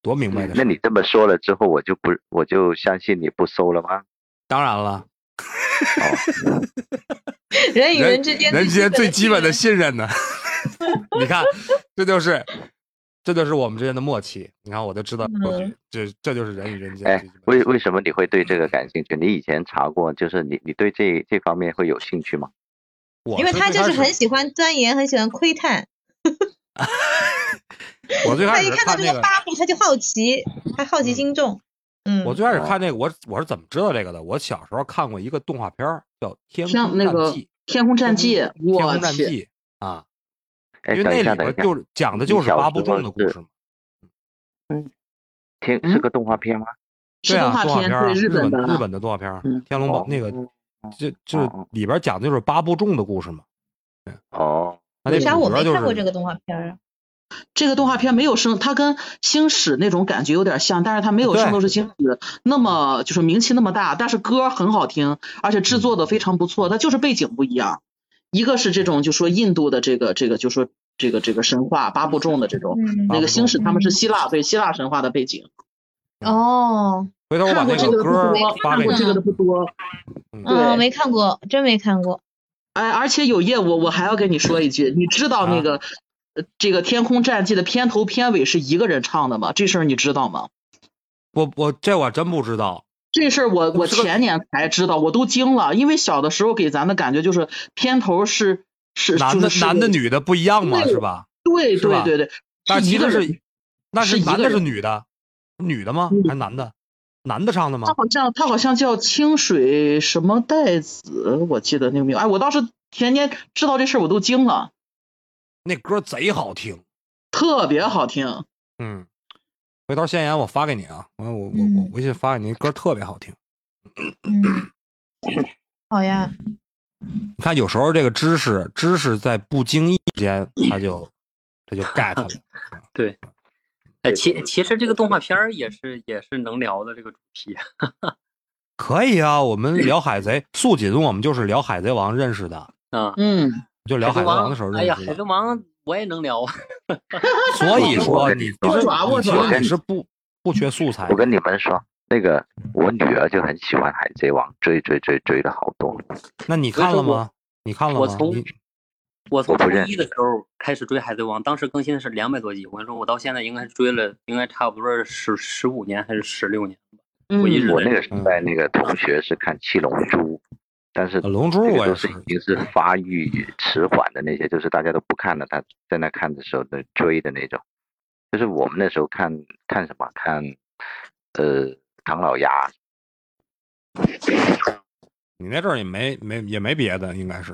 [SPEAKER 3] 多明白的事
[SPEAKER 6] 那
[SPEAKER 3] 儿。
[SPEAKER 6] 你这么说了之后，我就不我就相信你不搜了吗？
[SPEAKER 3] 当然了。
[SPEAKER 7] 人与人之间，
[SPEAKER 3] 人之间最基本的，信任呢。 你看，这就是这就是我们之间的默契。你看，我就知道，
[SPEAKER 7] 嗯
[SPEAKER 3] 这这就是人与人之间
[SPEAKER 6] 哎
[SPEAKER 3] 最基，本
[SPEAKER 6] 为
[SPEAKER 3] 的信任。
[SPEAKER 6] 为什么你会对这
[SPEAKER 3] 嗯
[SPEAKER 6] 个感兴趣？你以前查过，就是你你对这这方面会有兴趣吗？
[SPEAKER 3] 我
[SPEAKER 7] 因为他
[SPEAKER 3] 最
[SPEAKER 7] 就是
[SPEAKER 3] 开始
[SPEAKER 7] 很喜欢钻研，很喜欢窥探，
[SPEAKER 3] 我最
[SPEAKER 7] 他
[SPEAKER 3] 开
[SPEAKER 7] 一
[SPEAKER 3] 始
[SPEAKER 7] 看到
[SPEAKER 3] 看
[SPEAKER 7] 这
[SPEAKER 3] 那
[SPEAKER 7] 个
[SPEAKER 3] 个，
[SPEAKER 7] 八步，他就好奇，他好奇心重。嗯，
[SPEAKER 3] 我最开始看那个，我我是怎么知道这个的？我小时候看过一个动画片儿叫《天
[SPEAKER 5] 天
[SPEAKER 3] 空
[SPEAKER 5] 那
[SPEAKER 3] 战
[SPEAKER 5] 个
[SPEAKER 3] 记》，
[SPEAKER 5] 天空战
[SPEAKER 3] 《
[SPEAKER 5] 记，
[SPEAKER 3] 天
[SPEAKER 5] 我
[SPEAKER 3] 空战
[SPEAKER 5] 去，
[SPEAKER 3] 记》啊，
[SPEAKER 6] 哎，
[SPEAKER 3] 因为
[SPEAKER 6] 等一
[SPEAKER 3] 那
[SPEAKER 6] 下，
[SPEAKER 3] 里
[SPEAKER 6] 等一
[SPEAKER 3] 边
[SPEAKER 6] 下，
[SPEAKER 3] 就是讲的就是
[SPEAKER 6] 你小
[SPEAKER 3] 八部
[SPEAKER 6] 时候
[SPEAKER 3] 众的故
[SPEAKER 6] 是
[SPEAKER 3] 事嘛。
[SPEAKER 6] 听
[SPEAKER 5] 嗯
[SPEAKER 6] 是个动画片吗？
[SPEAKER 5] 是
[SPEAKER 3] 对啊，
[SPEAKER 5] 画
[SPEAKER 3] 动画
[SPEAKER 5] 片，
[SPEAKER 3] 片儿啊，
[SPEAKER 5] 对
[SPEAKER 3] 日
[SPEAKER 5] 本的，
[SPEAKER 3] 日本的动画片儿
[SPEAKER 5] 嗯
[SPEAKER 3] 《天龙
[SPEAKER 6] 哦
[SPEAKER 3] 宝》那个，就就是
[SPEAKER 6] 哦
[SPEAKER 3] 里边讲的就是八部众的故事嘛。
[SPEAKER 6] 哦，
[SPEAKER 3] 他那
[SPEAKER 7] 为啥
[SPEAKER 3] 主
[SPEAKER 7] 我
[SPEAKER 3] 角
[SPEAKER 7] 没
[SPEAKER 3] 就
[SPEAKER 7] 看过
[SPEAKER 3] 是
[SPEAKER 7] 这个动画片儿啊？
[SPEAKER 5] 这个动画片没有生，它跟星矢那种感觉有点像，但是它没有
[SPEAKER 3] 对
[SPEAKER 5] 圣斗士星矢那么就是名气那么大，但是歌很好听，而且制作的非常不错，它就是背景不一样。一个是这种就说印度的这个这个就说这个这个神话八部众的这种，
[SPEAKER 7] 嗯
[SPEAKER 5] 那个星矢他们是希腊
[SPEAKER 7] 嗯
[SPEAKER 5] 对希腊神话的背景，
[SPEAKER 7] 哦，
[SPEAKER 3] 回头我把那
[SPEAKER 5] 看过这个的不
[SPEAKER 3] 歌儿
[SPEAKER 5] 多，
[SPEAKER 3] 发
[SPEAKER 5] 看
[SPEAKER 3] 给
[SPEAKER 5] 过
[SPEAKER 3] 你
[SPEAKER 5] 这。个的不多。对
[SPEAKER 7] 嗯，没看过，真没看过。
[SPEAKER 5] 哎，而且有业务，我还要跟你说一句，你知道那个、呃这个《天空战记》的片头片尾是一个人唱的吗？这事儿你知道吗？
[SPEAKER 3] 我我这我真不知道，
[SPEAKER 5] 这事儿我我
[SPEAKER 3] 这个
[SPEAKER 5] 前年才知道，我都惊了，因为小的时候给咱的感觉就是片头是是
[SPEAKER 3] 男
[SPEAKER 5] 就
[SPEAKER 3] 的
[SPEAKER 5] 是是
[SPEAKER 3] 男的女的不一样嘛，
[SPEAKER 5] 对
[SPEAKER 3] 是吧？
[SPEAKER 5] 对
[SPEAKER 3] 是吧
[SPEAKER 5] 对对对，
[SPEAKER 3] 但
[SPEAKER 5] 是
[SPEAKER 3] 其
[SPEAKER 5] 一个
[SPEAKER 3] 实
[SPEAKER 5] 人
[SPEAKER 3] 是，那
[SPEAKER 5] 是一个
[SPEAKER 3] 男的是
[SPEAKER 5] 人
[SPEAKER 3] 女的，女的吗？
[SPEAKER 5] 嗯
[SPEAKER 3] 还是男的？男的唱的
[SPEAKER 5] 他
[SPEAKER 3] 吗？
[SPEAKER 5] 好像他好像叫清水什么代子，我记得那个名。哎，我当时前年知道这事儿我都惊了，
[SPEAKER 3] 那歌贼好听，
[SPEAKER 5] 特别好听。
[SPEAKER 3] 嗯，回头先言我发给你啊，我我我我
[SPEAKER 7] 嗯
[SPEAKER 3] 微信发给你，歌特别好听。
[SPEAKER 7] 嗯，好呀，
[SPEAKER 3] 嗯你看，有时候这个知识，知识在不经意间，它就它就 get 了。
[SPEAKER 9] 对，哎，其其实这个动画
[SPEAKER 3] 嗯
[SPEAKER 9] 片儿也是也是能聊的这个主题。
[SPEAKER 3] 可以啊，我们聊海 贼，素锦我们就是聊海贼王认识的，
[SPEAKER 9] 啊，
[SPEAKER 5] 嗯，
[SPEAKER 3] 就聊
[SPEAKER 9] 海
[SPEAKER 3] 海
[SPEAKER 9] 贼
[SPEAKER 3] 贼王的时候
[SPEAKER 9] 王，哎
[SPEAKER 3] 认
[SPEAKER 9] 呀，
[SPEAKER 3] 识
[SPEAKER 9] 海
[SPEAKER 3] 的
[SPEAKER 9] 贼。王我也能聊啊。
[SPEAKER 3] 所以说
[SPEAKER 6] 我
[SPEAKER 3] 你其
[SPEAKER 6] 我
[SPEAKER 3] 实
[SPEAKER 5] 爪我
[SPEAKER 3] 你其
[SPEAKER 5] 爪
[SPEAKER 3] 实你是不不缺素材的，
[SPEAKER 6] 我跟你们说，那个
[SPEAKER 3] 嗯
[SPEAKER 6] 我女儿就很喜欢海贼王，追追追追了好多。
[SPEAKER 3] 那你看了
[SPEAKER 9] 所以说
[SPEAKER 3] 吗？你看了
[SPEAKER 9] 我
[SPEAKER 3] 吗？
[SPEAKER 9] 从
[SPEAKER 3] 你
[SPEAKER 9] 我从
[SPEAKER 6] 我不
[SPEAKER 9] 初
[SPEAKER 6] 认
[SPEAKER 9] 一的时候开始追海贼王，当时更新的是两百多集。我跟你说，我到现在应该追了，应该差不多是十十五年还是十六年。
[SPEAKER 5] 嗯
[SPEAKER 9] 我一直
[SPEAKER 6] 我
[SPEAKER 9] 在
[SPEAKER 6] 那个时代那个同学是看《七龙珠》，但是
[SPEAKER 3] 嗯呃龙珠
[SPEAKER 6] 这个
[SPEAKER 3] 我也
[SPEAKER 6] 都
[SPEAKER 3] 是
[SPEAKER 6] 是已经是发育迟缓的那些，就是大家都不看了，他在那看的时候那追的那种，就是我们那时候看看什么看，呃，唐老鸭，
[SPEAKER 3] 你那阵儿也没没也没别的，应该是。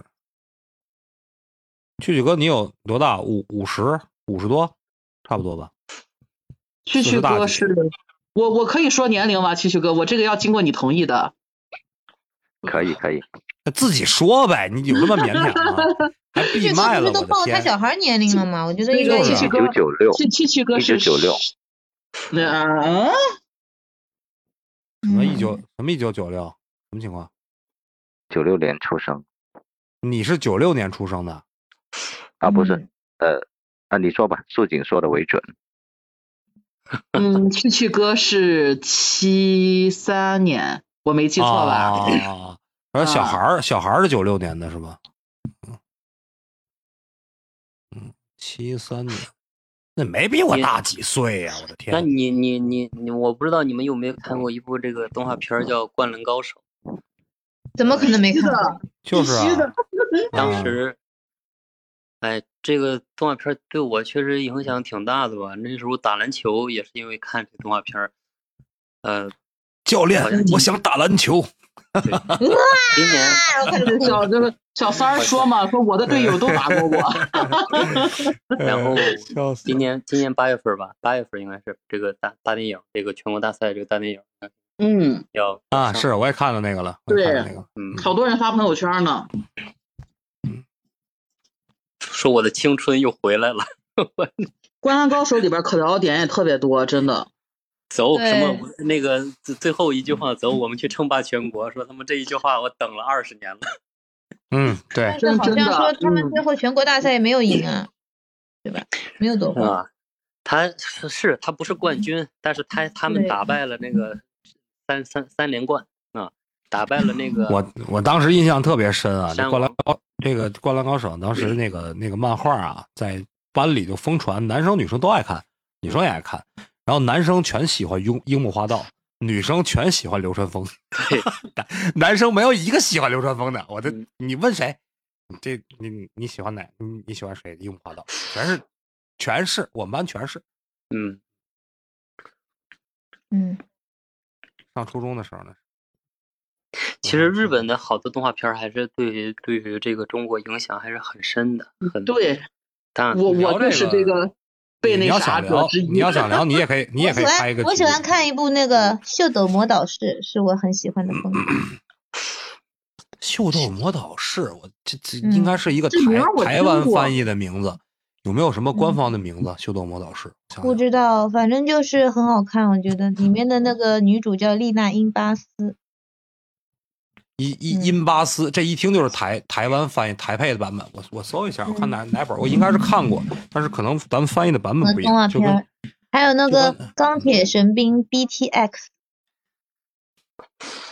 [SPEAKER 3] 蛐蛐哥，你有多大？五五十五十多，差不多吧。四
[SPEAKER 5] 蛐
[SPEAKER 3] 十
[SPEAKER 5] 蛐
[SPEAKER 3] 大
[SPEAKER 5] 哥
[SPEAKER 3] 几
[SPEAKER 5] 是，我我可以说年龄吗？蛐蛐哥，我这个要经过你同意的。
[SPEAKER 6] 可以可以，
[SPEAKER 3] 那自己说呗，你有那么腼腆吗？还
[SPEAKER 7] 就
[SPEAKER 3] 闭
[SPEAKER 7] 是他
[SPEAKER 3] 麦
[SPEAKER 7] 不
[SPEAKER 3] 了，
[SPEAKER 7] 是
[SPEAKER 3] 我
[SPEAKER 7] 都
[SPEAKER 3] 的
[SPEAKER 7] 报他
[SPEAKER 3] 天！
[SPEAKER 7] 小孩年龄了吗？我觉得应该
[SPEAKER 3] 就是
[SPEAKER 5] 蛐
[SPEAKER 3] 啊
[SPEAKER 5] 蛐
[SPEAKER 6] 一
[SPEAKER 5] 哥
[SPEAKER 6] 九，九六，
[SPEAKER 5] 蛐蛐蛐哥是
[SPEAKER 6] 1996。
[SPEAKER 5] 那啊，
[SPEAKER 3] 什
[SPEAKER 7] 嗯
[SPEAKER 3] 么一九什么一九九六，什么情况？
[SPEAKER 6] 九六年出生
[SPEAKER 3] 你是九六年出生的，
[SPEAKER 6] 啊，不是，
[SPEAKER 7] 嗯
[SPEAKER 6] 呃，啊，你说吧，素锦说的为准，
[SPEAKER 5] 嗯，蛐蛐哥是七三年，我没记错吧？
[SPEAKER 3] 啊啊啊啊然后小孩儿，小孩儿是九六年的是吧？嗯嗯，七三年，那没比我大几岁呀、我的
[SPEAKER 9] 那
[SPEAKER 3] 天！
[SPEAKER 9] 你你你你，我不知道你们有没有看过一部这个动画片儿叫《灌篮高手》，
[SPEAKER 7] 怎么可能没看过？
[SPEAKER 3] 就是
[SPEAKER 5] 必须
[SPEAKER 3] 啊
[SPEAKER 5] 的，
[SPEAKER 9] 当
[SPEAKER 3] 啊
[SPEAKER 9] 时，哎，这个动画片儿对我确实影响挺大的吧。那时候打篮球也是因为看这动画片儿，呃，
[SPEAKER 3] 教练
[SPEAKER 9] 好像，
[SPEAKER 3] 我想打篮球。
[SPEAKER 9] 对，今 年
[SPEAKER 7] 啊，我看
[SPEAKER 5] 这小这个小三儿说嘛，说我的队友都打过我。
[SPEAKER 9] 然后
[SPEAKER 3] 笑死
[SPEAKER 9] 今年今年八月份吧，八月份应该是这个大大电影，这个全国大赛这个大电影
[SPEAKER 5] 嗯，
[SPEAKER 9] 要
[SPEAKER 3] 啊！
[SPEAKER 9] 上
[SPEAKER 3] 是我也看了那个了，我也看了那个了。
[SPEAKER 9] 嗯，
[SPEAKER 5] 好多人发朋友圈呢。
[SPEAKER 9] 说我的青春又回来了，
[SPEAKER 5] 《灌篮高手》里边可聊的点也特别多，真的。
[SPEAKER 9] 走
[SPEAKER 7] 对
[SPEAKER 9] 什么那个最最后一句话，走我们去称霸全国，说他妈这一句话我等了二十年了，
[SPEAKER 3] 嗯，对
[SPEAKER 7] 但，是好
[SPEAKER 5] 真
[SPEAKER 7] 像
[SPEAKER 5] 的
[SPEAKER 7] 说他们
[SPEAKER 5] 嗯
[SPEAKER 7] 最后全国大赛也没有赢啊，对吧？没有夺
[SPEAKER 9] 是
[SPEAKER 7] 冠。
[SPEAKER 9] 吧？啊他是是他不是冠军，但是他他们
[SPEAKER 7] 对
[SPEAKER 9] 打败了那个三三三连冠啊，打败了那个
[SPEAKER 3] 我我当时印象特别深啊，这
[SPEAKER 9] 山
[SPEAKER 3] 《灌篮
[SPEAKER 9] 王
[SPEAKER 3] 高》这个《灌篮高手》当时那个那个漫画啊，在班里就疯传，男生女生都爱看，女生也爱看，然后男生全喜欢樱樱木花道，女生全喜欢流川枫，
[SPEAKER 9] 对
[SPEAKER 3] 男男生没有一个喜欢流川枫的。我这
[SPEAKER 9] 嗯
[SPEAKER 3] 你问谁？这你你喜欢哪？你你喜欢谁？樱木花道，全是全是，我们班全是。
[SPEAKER 9] 嗯，
[SPEAKER 7] 嗯，
[SPEAKER 3] 上初中的时候呢，
[SPEAKER 9] 其实日本的好多动画片儿还是对于对于这个中国影响还是很深的，很
[SPEAKER 5] 对
[SPEAKER 9] 但
[SPEAKER 5] 我
[SPEAKER 3] 啊聊
[SPEAKER 5] 我就
[SPEAKER 3] 这
[SPEAKER 5] 是
[SPEAKER 3] 个
[SPEAKER 5] 这个被
[SPEAKER 3] 你
[SPEAKER 5] 那
[SPEAKER 3] 要
[SPEAKER 5] 啥
[SPEAKER 3] 想
[SPEAKER 5] 者
[SPEAKER 3] 聊，
[SPEAKER 5] 之一。
[SPEAKER 3] 你要想聊，你也可以，你也
[SPEAKER 7] 我
[SPEAKER 3] 可
[SPEAKER 7] 喜
[SPEAKER 3] 以拍
[SPEAKER 7] 欢
[SPEAKER 3] 一个。
[SPEAKER 7] 我喜欢，看一部那个《秀逗魔导士》，是我很喜欢的风格。
[SPEAKER 3] 嗯秀逗魔导士，我这这
[SPEAKER 7] 嗯
[SPEAKER 3] 应该是一个
[SPEAKER 5] 这名
[SPEAKER 3] 台
[SPEAKER 5] 儿我
[SPEAKER 3] 台
[SPEAKER 5] 听
[SPEAKER 3] 湾
[SPEAKER 5] 过
[SPEAKER 3] 翻译的名字，有没有什么官方的名
[SPEAKER 7] 嗯
[SPEAKER 3] 字？秀逗魔导士，想
[SPEAKER 7] 不
[SPEAKER 3] 想
[SPEAKER 7] 知道，反正就是很好看，我觉得里面的那个女主叫丽娜英巴斯，
[SPEAKER 3] 伊
[SPEAKER 7] 嗯
[SPEAKER 3] 伊因巴斯，这一听就是台台湾翻译台配的版本。我我搜一下，我看哪
[SPEAKER 7] 嗯
[SPEAKER 3] 哪本儿，我应该是看过，但是可能咱们翻译的版
[SPEAKER 7] 和
[SPEAKER 3] 本不一
[SPEAKER 7] 动画
[SPEAKER 3] 样，就
[SPEAKER 7] 片
[SPEAKER 3] 跟
[SPEAKER 7] 儿，还有那
[SPEAKER 3] 就
[SPEAKER 7] 个
[SPEAKER 3] 跟
[SPEAKER 7] 钢铁神兵 BTX，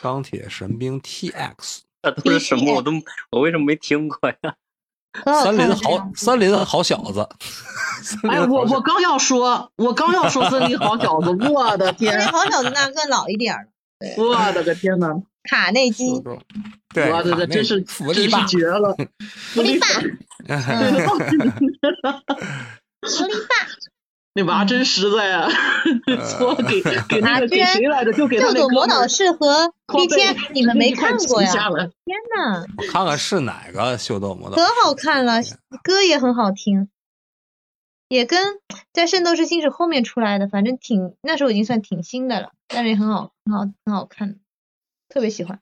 [SPEAKER 3] 钢铁神兵 TX。
[SPEAKER 9] 那都是什么？我都我为什么没听过呀？
[SPEAKER 7] 很好
[SPEAKER 3] 森
[SPEAKER 7] 看
[SPEAKER 3] 林
[SPEAKER 7] 的这
[SPEAKER 3] 好
[SPEAKER 7] 两，部。
[SPEAKER 3] 森林好小子，森
[SPEAKER 5] 哎，
[SPEAKER 3] 林
[SPEAKER 5] 我
[SPEAKER 3] 好
[SPEAKER 5] 我
[SPEAKER 3] 小
[SPEAKER 5] 刚要说，我刚要说森林好小子，我的
[SPEAKER 7] 因为
[SPEAKER 5] 天，
[SPEAKER 7] 好小子那更老一点儿了，
[SPEAKER 5] 我的个天呐，
[SPEAKER 7] 卡内基，
[SPEAKER 3] 子，对，
[SPEAKER 5] 我的
[SPEAKER 3] 卡
[SPEAKER 5] 个
[SPEAKER 3] 内
[SPEAKER 5] 真是
[SPEAKER 3] 福
[SPEAKER 5] 真
[SPEAKER 3] 利
[SPEAKER 5] 是
[SPEAKER 3] 霸，
[SPEAKER 5] 绝 了，
[SPEAKER 7] 狐 狸爸，嗯，狐狸爸，
[SPEAKER 5] 那娃
[SPEAKER 7] 嗯
[SPEAKER 5] 真实在啊！ 错给给那
[SPEAKER 7] 啊
[SPEAKER 5] 个
[SPEAKER 7] 居
[SPEAKER 5] 给
[SPEAKER 7] 然
[SPEAKER 5] 谁来着？就给他
[SPEAKER 7] 秀
[SPEAKER 5] 那
[SPEAKER 7] 逗
[SPEAKER 5] 哥
[SPEAKER 7] 魔
[SPEAKER 5] 们
[SPEAKER 7] 导
[SPEAKER 5] 儿
[SPEAKER 7] 士和
[SPEAKER 5] 托
[SPEAKER 7] 丽
[SPEAKER 5] 贝
[SPEAKER 7] 天，你们没
[SPEAKER 5] 一块
[SPEAKER 7] 看过
[SPEAKER 5] 挤
[SPEAKER 7] 呀？
[SPEAKER 5] 下来
[SPEAKER 7] 天呐，
[SPEAKER 3] 我看看是哪个秀逗魔导
[SPEAKER 7] 可
[SPEAKER 3] 士，
[SPEAKER 7] 好看了，歌也很好听，也跟在《圣斗士星矢》后面出来的，反正挺那时候已经算挺新的了，但是也很好，很好，很好看，特别喜欢。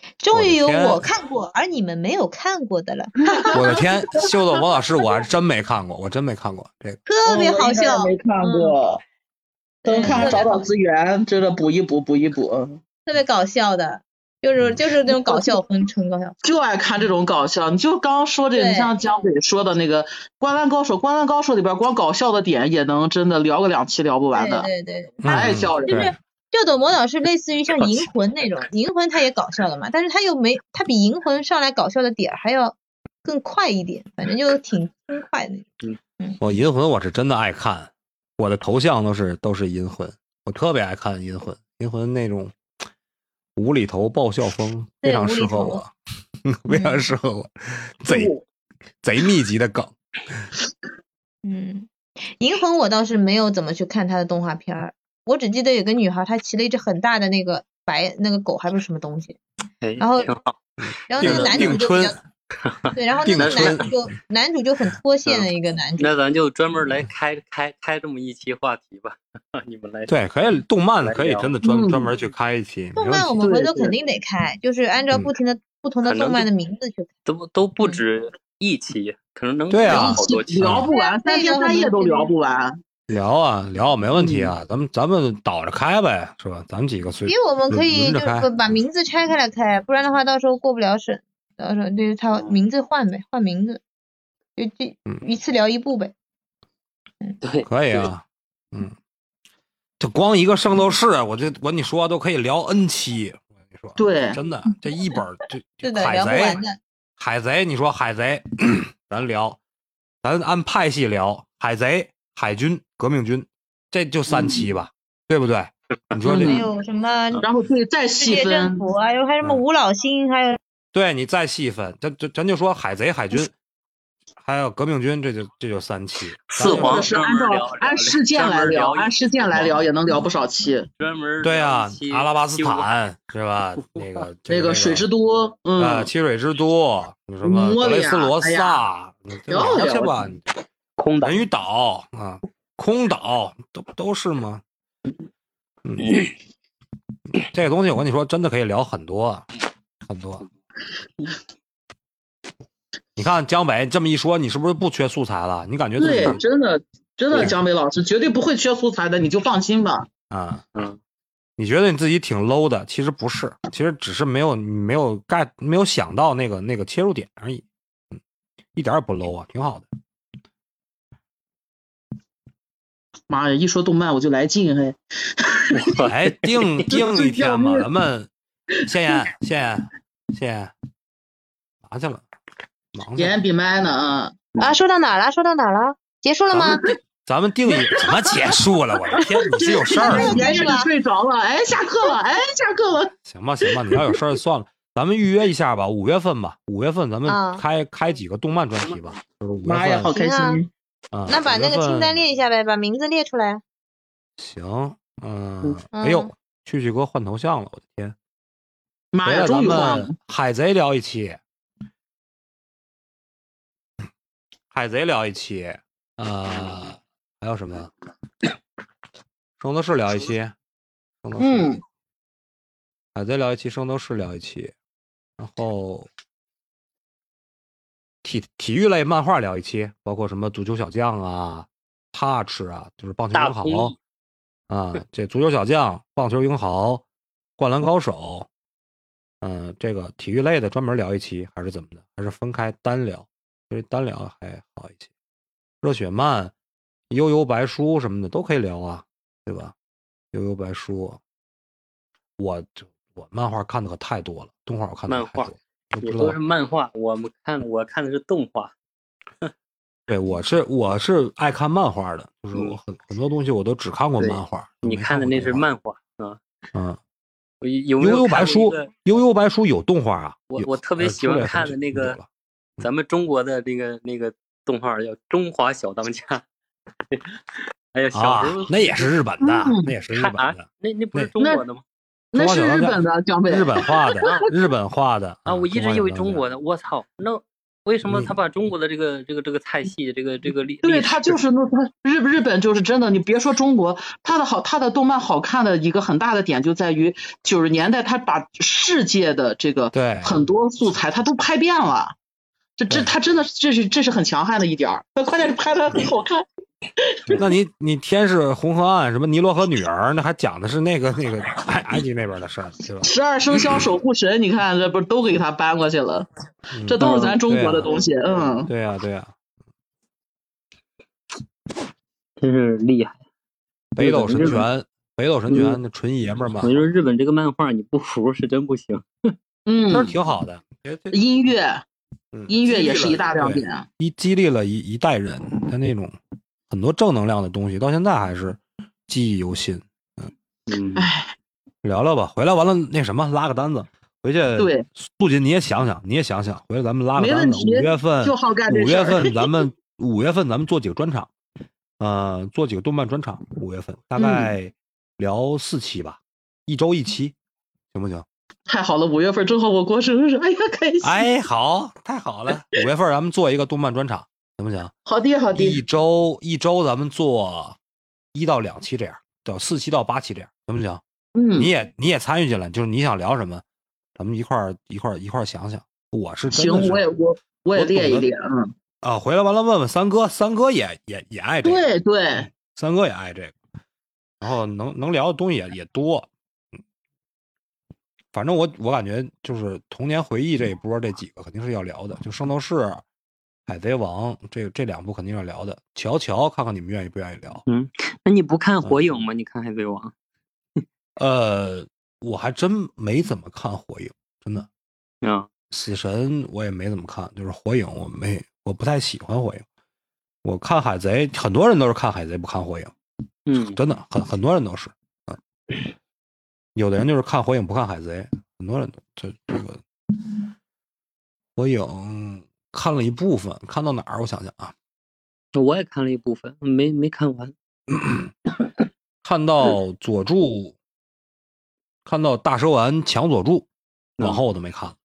[SPEAKER 3] 我
[SPEAKER 7] 终
[SPEAKER 3] 的
[SPEAKER 7] 于有
[SPEAKER 3] 天
[SPEAKER 7] 我看过而你们没有看过的了，
[SPEAKER 3] 我的天，秀逗魔导士我还真没看过，我真没看过这个。
[SPEAKER 7] 特别好笑嗯
[SPEAKER 5] 我。哦没看过，等看
[SPEAKER 7] 对
[SPEAKER 5] 找找资源，真的补一补，补嗯一补。
[SPEAKER 7] 特别搞笑的，就是就是那种搞笑风，纯搞笑。
[SPEAKER 5] 就爱看这种搞笑，你就刚说这，
[SPEAKER 7] 对
[SPEAKER 5] 你像江北说的那个《灌篮高手》，《灌篮高手》里边光搞笑的点也能真的聊个两期聊不完的，
[SPEAKER 7] 对对对，
[SPEAKER 3] 嗯
[SPEAKER 5] 太笑人
[SPEAKER 7] 就
[SPEAKER 5] 了。
[SPEAKER 7] 是就斗魔导是类似于像银魂那种，银魂它也搞笑的嘛，但是它又没它比银魂上来搞笑的点儿还要更快一点，反正就挺轻快的。
[SPEAKER 3] 我银魂我是真的爱看，我的头像都是都是银魂，我特别爱看银魂，银魂那种无厘头爆笑风非
[SPEAKER 7] 对
[SPEAKER 3] 常
[SPEAKER 7] 无
[SPEAKER 3] 适
[SPEAKER 7] 厘
[SPEAKER 3] 合
[SPEAKER 7] 头
[SPEAKER 3] 我， 非常
[SPEAKER 7] 嗯
[SPEAKER 3] 适合我，贼贼密集的梗。
[SPEAKER 7] 嗯，银魂我倒是没有怎么去看它的动画片儿，我只记得有个女孩她骑了一只很大的那个白那个狗，还不是什么东西，
[SPEAKER 9] 哎，
[SPEAKER 7] 然后
[SPEAKER 9] 挺好。
[SPEAKER 7] 然后那
[SPEAKER 3] 定
[SPEAKER 7] 个
[SPEAKER 3] 定
[SPEAKER 7] 男主就比
[SPEAKER 3] 春
[SPEAKER 7] 较。对，然后那个
[SPEAKER 3] 定
[SPEAKER 7] 男
[SPEAKER 3] 春
[SPEAKER 7] 主就男主就很脱线的一个男主，
[SPEAKER 9] 那咱就专门来开开开这么一期话题吧， 你们来。
[SPEAKER 3] 对，可以动漫
[SPEAKER 9] 来
[SPEAKER 3] 可以
[SPEAKER 9] 聊
[SPEAKER 3] 真的专
[SPEAKER 5] 嗯
[SPEAKER 3] 专门去开一期，
[SPEAKER 7] 动
[SPEAKER 3] 没问
[SPEAKER 7] 漫我
[SPEAKER 3] 题。
[SPEAKER 7] 们回头
[SPEAKER 5] 对
[SPEAKER 7] 肯定得开，就是按照
[SPEAKER 3] 嗯
[SPEAKER 7] 不停的、不同的
[SPEAKER 9] 可能
[SPEAKER 7] 动漫
[SPEAKER 9] 就
[SPEAKER 7] 的名字去
[SPEAKER 9] 都都不
[SPEAKER 7] 嗯
[SPEAKER 9] 止一期，可能能
[SPEAKER 3] 对啊
[SPEAKER 9] 聊好多期。
[SPEAKER 5] 聊不完，三天三夜都聊不完。
[SPEAKER 3] 聊啊聊啊，没问题
[SPEAKER 7] 嗯
[SPEAKER 3] 啊，咱们咱们倒着开呗，是吧？咱们几个随
[SPEAKER 7] 因为我们可以
[SPEAKER 3] 轮
[SPEAKER 7] 就
[SPEAKER 3] 着
[SPEAKER 7] 是
[SPEAKER 3] 开
[SPEAKER 7] 把把名字拆开来开，不然的话到时候过不了审，到时候就是他名字换呗，换名字，就就
[SPEAKER 3] 哦嗯
[SPEAKER 7] 一次聊一部呗。
[SPEAKER 9] 对，
[SPEAKER 3] 可 以啊，嗯，就光一个圣斗士，啊我就我跟你说都可以聊 N 期，我跟你说，
[SPEAKER 5] 对
[SPEAKER 3] 真的这一本儿就是就
[SPEAKER 7] 的，
[SPEAKER 3] 海
[SPEAKER 7] 聊不
[SPEAKER 3] 贼
[SPEAKER 7] 完，的。
[SPEAKER 3] 海贼，你说海贼，咱聊，咱按派系聊，海贼、海军、革命军，这就三期吧，对不对？你说这
[SPEAKER 7] 还
[SPEAKER 5] 嗯
[SPEAKER 7] 有什么
[SPEAKER 5] 然后对，再
[SPEAKER 7] 世
[SPEAKER 5] 细
[SPEAKER 7] 界政
[SPEAKER 5] 分，
[SPEAKER 7] 府啊，有还有什么
[SPEAKER 3] 嗯
[SPEAKER 7] 五老星，还有
[SPEAKER 3] 对你再细分，咱咱咱就说海贼、海军，还有革命军，这就这就三期。咱
[SPEAKER 9] 四
[SPEAKER 3] 就
[SPEAKER 5] 或者
[SPEAKER 9] 皇
[SPEAKER 5] 是按
[SPEAKER 9] 专门
[SPEAKER 5] 照
[SPEAKER 9] 聊
[SPEAKER 5] 按事件来聊，
[SPEAKER 9] 聊
[SPEAKER 5] 按事件来聊也能聊不少期。
[SPEAKER 9] 专门
[SPEAKER 3] 对
[SPEAKER 9] 呀、
[SPEAKER 3] 啊，阿拉巴斯坦是吧？那个这
[SPEAKER 5] 那
[SPEAKER 3] 个
[SPEAKER 5] 个水之都，
[SPEAKER 3] 啊，
[SPEAKER 5] 嗯，
[SPEAKER 3] 七水之都，什么
[SPEAKER 5] 摩
[SPEAKER 3] 格
[SPEAKER 5] 利
[SPEAKER 3] 雷斯
[SPEAKER 5] 亚
[SPEAKER 3] 罗
[SPEAKER 5] 哎
[SPEAKER 3] 萨
[SPEAKER 5] 呀，
[SPEAKER 3] 你这
[SPEAKER 5] 聊
[SPEAKER 3] 聊
[SPEAKER 5] 聊
[SPEAKER 3] 去吧，你
[SPEAKER 9] 空的
[SPEAKER 3] 人鱼岛啊，空岛都都是吗？嗯，这个东西我跟你说，真的可以聊很多啊很多。你看江北这么一说，你是不是不缺素材了？你感觉自己啊
[SPEAKER 5] 对，真的真的，
[SPEAKER 3] 对
[SPEAKER 5] 姜维老师绝对不会缺素材的，你就放心吧。
[SPEAKER 3] 啊，
[SPEAKER 9] 嗯，
[SPEAKER 3] 你觉得你自己挺 low 的，其实不是，其实只是没有你没有 get 没有想到那个那个切入点而已，嗯，一点儿也不 low 啊，挺好的。
[SPEAKER 5] 妈呀，一说动漫我就来劲嘿。
[SPEAKER 3] 哎，定定一
[SPEAKER 5] 要
[SPEAKER 3] 天吧，
[SPEAKER 5] 命
[SPEAKER 3] 咱们谢妍，谢妍，谢妍，拿去了，忙去了
[SPEAKER 5] 言。比麦呢啊，
[SPEAKER 7] 啊，说到哪儿了？说到哪儿了？结束了
[SPEAKER 3] 嗯咱
[SPEAKER 7] 吗
[SPEAKER 3] 们？定，咱们定一怎么结束了？我的天，你是有事儿啊是
[SPEAKER 7] 嗯
[SPEAKER 3] 吗？
[SPEAKER 5] 言是睡着了，哎，下课了，哎，下课了。
[SPEAKER 3] 行吧，行吧，你要有事儿就算了，咱们预约一下吧，五月份吧，五月份咱
[SPEAKER 7] 啊
[SPEAKER 3] 们开开几个动漫专题吧，就是五月
[SPEAKER 5] 妈呀，
[SPEAKER 3] 份
[SPEAKER 5] 好开
[SPEAKER 7] 行啊
[SPEAKER 5] 心！
[SPEAKER 3] 啊，
[SPEAKER 7] 那把
[SPEAKER 3] 九
[SPEAKER 7] 那
[SPEAKER 3] 月
[SPEAKER 7] 个清单
[SPEAKER 3] 份
[SPEAKER 7] 列一下呗，把名字列出来。
[SPEAKER 3] 行，嗯，哎
[SPEAKER 7] 嗯
[SPEAKER 3] 呦，去去哥换头像了，我的天！
[SPEAKER 5] 妈
[SPEAKER 3] 回
[SPEAKER 5] 呀，
[SPEAKER 3] 来
[SPEAKER 5] 终
[SPEAKER 3] 咱
[SPEAKER 5] 于换了
[SPEAKER 3] 们。海贼聊一期，海贼聊一期，呃，还有什么？圣斗士聊一期，圣斗士，
[SPEAKER 5] 嗯，
[SPEAKER 3] 海贼聊一期，圣斗士聊一期，然后体体育类漫画聊一期，包括什么足球小将啊、Touch 啊，就是棒球
[SPEAKER 9] 大
[SPEAKER 3] 英豪
[SPEAKER 9] 鹏
[SPEAKER 3] 啊，这足球小将、棒球英豪、灌篮高手，嗯、这个体育类的专门聊一期，还是怎么的？还是分开单聊？因为单聊还好一些。热血漫、悠悠白书什么的都可以聊啊，对吧？悠悠白书，我我漫画看的可太多了，动画我看的
[SPEAKER 9] 漫
[SPEAKER 3] 太多
[SPEAKER 9] 画
[SPEAKER 3] 了，都不
[SPEAKER 9] 也
[SPEAKER 3] 知
[SPEAKER 9] 都
[SPEAKER 3] 道
[SPEAKER 9] 是漫画，我们看我看的是动画，
[SPEAKER 3] 对，我是我是爱看漫画的，就是我很、很多东西我都只看过
[SPEAKER 9] 嗯对
[SPEAKER 3] 漫画。
[SPEAKER 9] 你
[SPEAKER 3] 没
[SPEAKER 9] 看的
[SPEAKER 3] 过
[SPEAKER 9] 那
[SPEAKER 3] 动
[SPEAKER 9] 是
[SPEAKER 3] 画
[SPEAKER 9] 漫画啊。
[SPEAKER 3] 嗯，
[SPEAKER 9] 我有没
[SPEAKER 3] 悠
[SPEAKER 9] 有
[SPEAKER 3] 悠
[SPEAKER 9] 看
[SPEAKER 3] 白
[SPEAKER 9] 过一
[SPEAKER 3] 书
[SPEAKER 9] 个？
[SPEAKER 3] 悠悠白书有动画啊？
[SPEAKER 9] 我
[SPEAKER 3] 有
[SPEAKER 9] 我特别
[SPEAKER 3] 呃
[SPEAKER 9] 喜
[SPEAKER 3] 出
[SPEAKER 9] 欢
[SPEAKER 3] 来很
[SPEAKER 9] 看
[SPEAKER 3] 久
[SPEAKER 9] 的那
[SPEAKER 3] 很久
[SPEAKER 9] 个
[SPEAKER 3] 了嗯
[SPEAKER 9] 咱们中国的那个那个动画叫《中华小当家》。 哎呀，小时候
[SPEAKER 3] 啊，那也是日本的，
[SPEAKER 5] 嗯
[SPEAKER 3] 那也是日
[SPEAKER 9] 看
[SPEAKER 3] 本
[SPEAKER 9] 啊
[SPEAKER 3] 的，，
[SPEAKER 9] 那那不是
[SPEAKER 3] 那
[SPEAKER 9] 中
[SPEAKER 5] 那
[SPEAKER 9] 国的吗？
[SPEAKER 5] 那是
[SPEAKER 3] 中华小
[SPEAKER 5] 日
[SPEAKER 3] 当家
[SPEAKER 5] 本的江北，
[SPEAKER 3] 日本画的， 日本画的
[SPEAKER 9] 啊，我一直以为中国
[SPEAKER 3] 的。
[SPEAKER 9] 的，我操，那为什么
[SPEAKER 3] 你
[SPEAKER 9] 他把中国的这个这个这个
[SPEAKER 3] 嗯
[SPEAKER 9] 菜系，这个这个历
[SPEAKER 5] 对
[SPEAKER 9] 历
[SPEAKER 5] 他
[SPEAKER 9] 史
[SPEAKER 5] 就是那他日日本就是真的，你别说中国，他的好他的动漫好看的一个很大的点就在于九十年代他把世界的这个
[SPEAKER 3] 对
[SPEAKER 5] 很多素材他都拍遍了，这
[SPEAKER 3] 对
[SPEAKER 5] 这他真的是这是这是很强悍的一点儿， 他关键是拍的很好看，
[SPEAKER 3] 那你你天是红河岸什么尼罗河女儿，那还讲的是那个那个埃埃及那边的事儿，对吧？
[SPEAKER 5] 十二生肖守护神，你看这不都给他搬过去了，
[SPEAKER 3] 嗯
[SPEAKER 5] 这都是咱中
[SPEAKER 3] 对
[SPEAKER 5] 国的
[SPEAKER 3] 啊
[SPEAKER 5] 东西，嗯。
[SPEAKER 3] 对呀对啊呀，
[SPEAKER 9] 真是厉害。
[SPEAKER 3] 北斗神
[SPEAKER 9] 日本
[SPEAKER 3] 拳，北斗神拳
[SPEAKER 9] 嗯
[SPEAKER 3] 那纯爷们儿嘛
[SPEAKER 9] 我，就说日本这个漫画，你不服是真不行。
[SPEAKER 3] 那
[SPEAKER 5] 嗯，
[SPEAKER 3] 挺好的。也这
[SPEAKER 5] 音乐
[SPEAKER 3] 嗯
[SPEAKER 5] 音乐也
[SPEAKER 3] 激励
[SPEAKER 5] 是
[SPEAKER 3] 了
[SPEAKER 5] 一大亮
[SPEAKER 3] 对
[SPEAKER 5] 点。
[SPEAKER 3] 一激励了一一代人，他那种很多正能量的东西，到现在还是记忆犹新。
[SPEAKER 9] 嗯，
[SPEAKER 3] 聊聊吧，回来完了那什么，拉个单子回去。
[SPEAKER 5] 对，
[SPEAKER 3] 素锦你也想想，你也想想，回来咱们拉个
[SPEAKER 5] 没
[SPEAKER 3] 单
[SPEAKER 5] 问
[SPEAKER 3] 子。
[SPEAKER 5] 题
[SPEAKER 3] 五月份
[SPEAKER 5] 就好干这
[SPEAKER 3] 五
[SPEAKER 5] 事
[SPEAKER 3] 月
[SPEAKER 5] 儿
[SPEAKER 3] 份咱们五月份咱们做几个专场，呃，做几个动漫专场。五月份
[SPEAKER 5] 嗯
[SPEAKER 3] 大概聊四期吧，一周一期，行不行？
[SPEAKER 5] 太好了，五月份正好我过生日，哎呀，开心！
[SPEAKER 3] 哎，好，太好了！五月份咱们做一个动漫专场，行不行？
[SPEAKER 5] 好的，好
[SPEAKER 3] 一
[SPEAKER 5] 的，
[SPEAKER 3] 周一周咱们做一到两期这样，到四期到八期这样，行不行？
[SPEAKER 5] 嗯
[SPEAKER 3] 你，也你也参与进来，就是你想聊什么，咱们一块儿一块儿一块儿想想。我是真
[SPEAKER 5] 行
[SPEAKER 3] 的，是
[SPEAKER 5] 我也我我也
[SPEAKER 3] 我懂
[SPEAKER 5] 列一
[SPEAKER 3] 得
[SPEAKER 5] 列，嗯，
[SPEAKER 3] 啊，回来完了问问三哥，三哥也也也爱这个，
[SPEAKER 5] 对对，
[SPEAKER 3] 三哥也爱这个，然后能能聊的东西也也多。嗯反正我我感觉就是童年回忆这一波，这几个肯定是要聊的，就《圣斗士》《海贼王》这这两部肯定要聊的。乔乔，看看你们愿意不愿意聊？
[SPEAKER 9] 那你不看
[SPEAKER 3] 嗯
[SPEAKER 9] 《火影》吗？你看《海贼王》？
[SPEAKER 3] 呃，我还真没怎么看《火影》，真的，《
[SPEAKER 9] 啊，
[SPEAKER 3] 死神》我也没怎么看，就是《火影》我没我不太喜欢《火影》，我看《海贼》，很多人都是看《海贼》不看《火影》。
[SPEAKER 9] 嗯，
[SPEAKER 3] 真的很很多人都是，嗯，有的人就是看火影不看海贼，很多人都这这个火影看了一部分，看到哪儿我想想啊，
[SPEAKER 9] 我也看了一部分，没没看完。
[SPEAKER 3] 看
[SPEAKER 9] 嗯
[SPEAKER 3] 到佐助，看到大蛇丸抢佐助，往
[SPEAKER 9] 嗯
[SPEAKER 3] 后我都没看了，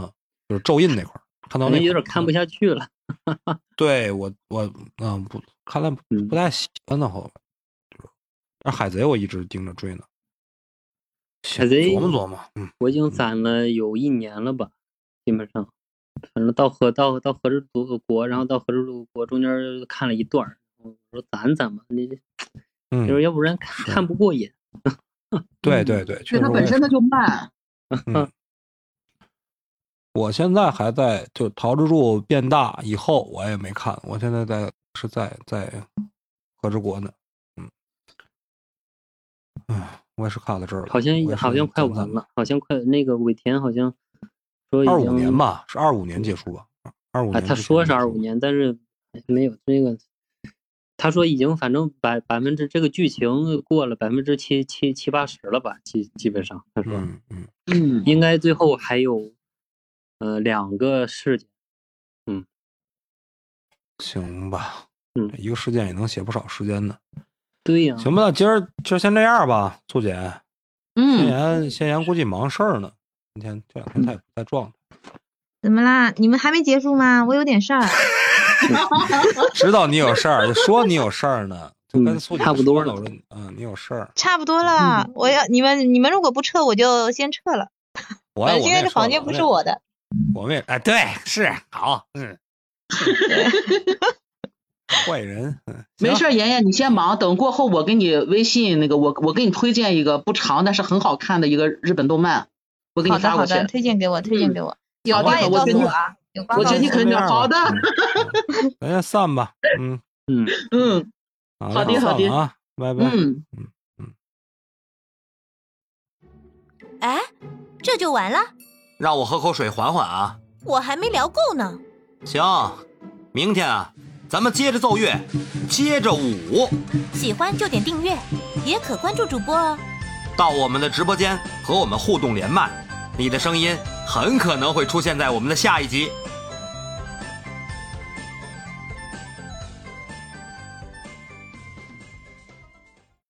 [SPEAKER 3] 嗯，就是咒印那块儿看到
[SPEAKER 9] 可
[SPEAKER 3] 那块
[SPEAKER 9] 能哎有
[SPEAKER 3] 儿
[SPEAKER 9] 点看不
[SPEAKER 3] 嗯
[SPEAKER 9] 下去了。
[SPEAKER 3] 对我我嗯不，看来不
[SPEAKER 9] 嗯
[SPEAKER 3] 不太喜欢到后面，就是但是海贼我一直盯着追呢，
[SPEAKER 9] 海贼
[SPEAKER 3] 琢磨琢磨，嗯。
[SPEAKER 9] 我已经攒了有一年了吧，基本上，反正到合到到合之国国，然后到合之国中间儿看了一段儿，我说攒攒吧，你
[SPEAKER 3] 嗯，
[SPEAKER 9] 就是要不然看看不过瘾。
[SPEAKER 3] 对对对，确
[SPEAKER 5] 对
[SPEAKER 3] 实
[SPEAKER 5] 它
[SPEAKER 3] 我也
[SPEAKER 5] 本身
[SPEAKER 3] 是
[SPEAKER 5] 它就慢，
[SPEAKER 3] 我现在还在，就桃之助变大以后，我也没看，我现在在是在在和之国呢，嗯，哎，我也是看到这儿了，
[SPEAKER 9] 好像好像快完了，好像快那个尾田好像说已
[SPEAKER 3] 二五
[SPEAKER 9] 经
[SPEAKER 3] 年吧，是二五年结束吧，二五
[SPEAKER 9] 啊，
[SPEAKER 3] 年之前结束、
[SPEAKER 9] 他说是二五年，但是没有这个。他说已经反正百百分之这个剧情过了百分之七七七八十了吧，基基本上他说。
[SPEAKER 3] 嗯，嗯
[SPEAKER 5] 嗯，
[SPEAKER 9] 应该最后还有，呃，两个事件。
[SPEAKER 3] 行吧，
[SPEAKER 9] 嗯
[SPEAKER 3] 一个事件也能写不少时间呢。
[SPEAKER 9] 对呀、
[SPEAKER 3] 行吧，那今儿今儿先这样吧，素姐。先
[SPEAKER 5] 嗯，
[SPEAKER 3] 言先言估计忙事儿呢，今天这
[SPEAKER 9] 嗯
[SPEAKER 3] 两天太太撞了，
[SPEAKER 7] 怎么啦？你们还没结束吗？我有点事儿。
[SPEAKER 3] 知道你有事儿，就说你有事儿呢，就跟
[SPEAKER 9] 嗯
[SPEAKER 3] 素姐
[SPEAKER 9] 差不多
[SPEAKER 3] 说呢
[SPEAKER 9] 了
[SPEAKER 3] 我说嗯，你有事儿，
[SPEAKER 7] 差不多了，
[SPEAKER 3] 嗯
[SPEAKER 7] 我要你们你们如果不撤，我就先撤了。
[SPEAKER 3] 我
[SPEAKER 7] 反
[SPEAKER 3] 也我
[SPEAKER 7] 正呃因为这房间不是我的。
[SPEAKER 3] 我们也哎，对，是好，嗯，坏人，嗯
[SPEAKER 5] 没事，
[SPEAKER 3] 行
[SPEAKER 5] 儿，妍妍，你先忙，等过后我给你微信那个，我我给你推荐一个不长但是很好看的一个日本动漫，我给
[SPEAKER 7] 好
[SPEAKER 5] 你
[SPEAKER 7] 的
[SPEAKER 5] 发
[SPEAKER 7] 好
[SPEAKER 5] 过去。
[SPEAKER 7] 的，推荐给我，
[SPEAKER 3] 嗯
[SPEAKER 7] 推荐给我。有
[SPEAKER 3] 好的
[SPEAKER 7] 瓜也
[SPEAKER 3] 我
[SPEAKER 7] 告
[SPEAKER 3] 觉
[SPEAKER 7] 诉
[SPEAKER 3] 得
[SPEAKER 7] 我啊，有瓜
[SPEAKER 5] 我
[SPEAKER 7] 告
[SPEAKER 5] 觉得
[SPEAKER 7] 诉
[SPEAKER 5] 你可以
[SPEAKER 3] 先这
[SPEAKER 5] 聊
[SPEAKER 3] 样吧
[SPEAKER 5] 好的
[SPEAKER 3] 嗯嗯咱先散吧，嗯，
[SPEAKER 9] 嗯，
[SPEAKER 5] 嗯好的
[SPEAKER 3] 那
[SPEAKER 5] 好的
[SPEAKER 3] 散了啊，拜拜，
[SPEAKER 5] 嗯，
[SPEAKER 1] 哎，这就完了？
[SPEAKER 2] 让我喝口水缓缓啊。
[SPEAKER 1] 我还没聊够呢。
[SPEAKER 2] 行，明天啊，咱们接着奏乐，接着舞，
[SPEAKER 1] 喜欢就点订阅，也可关注主播哦。
[SPEAKER 2] 到我们的直播间和我们互动连麦，你的声音很可能会出现在我们的下一集。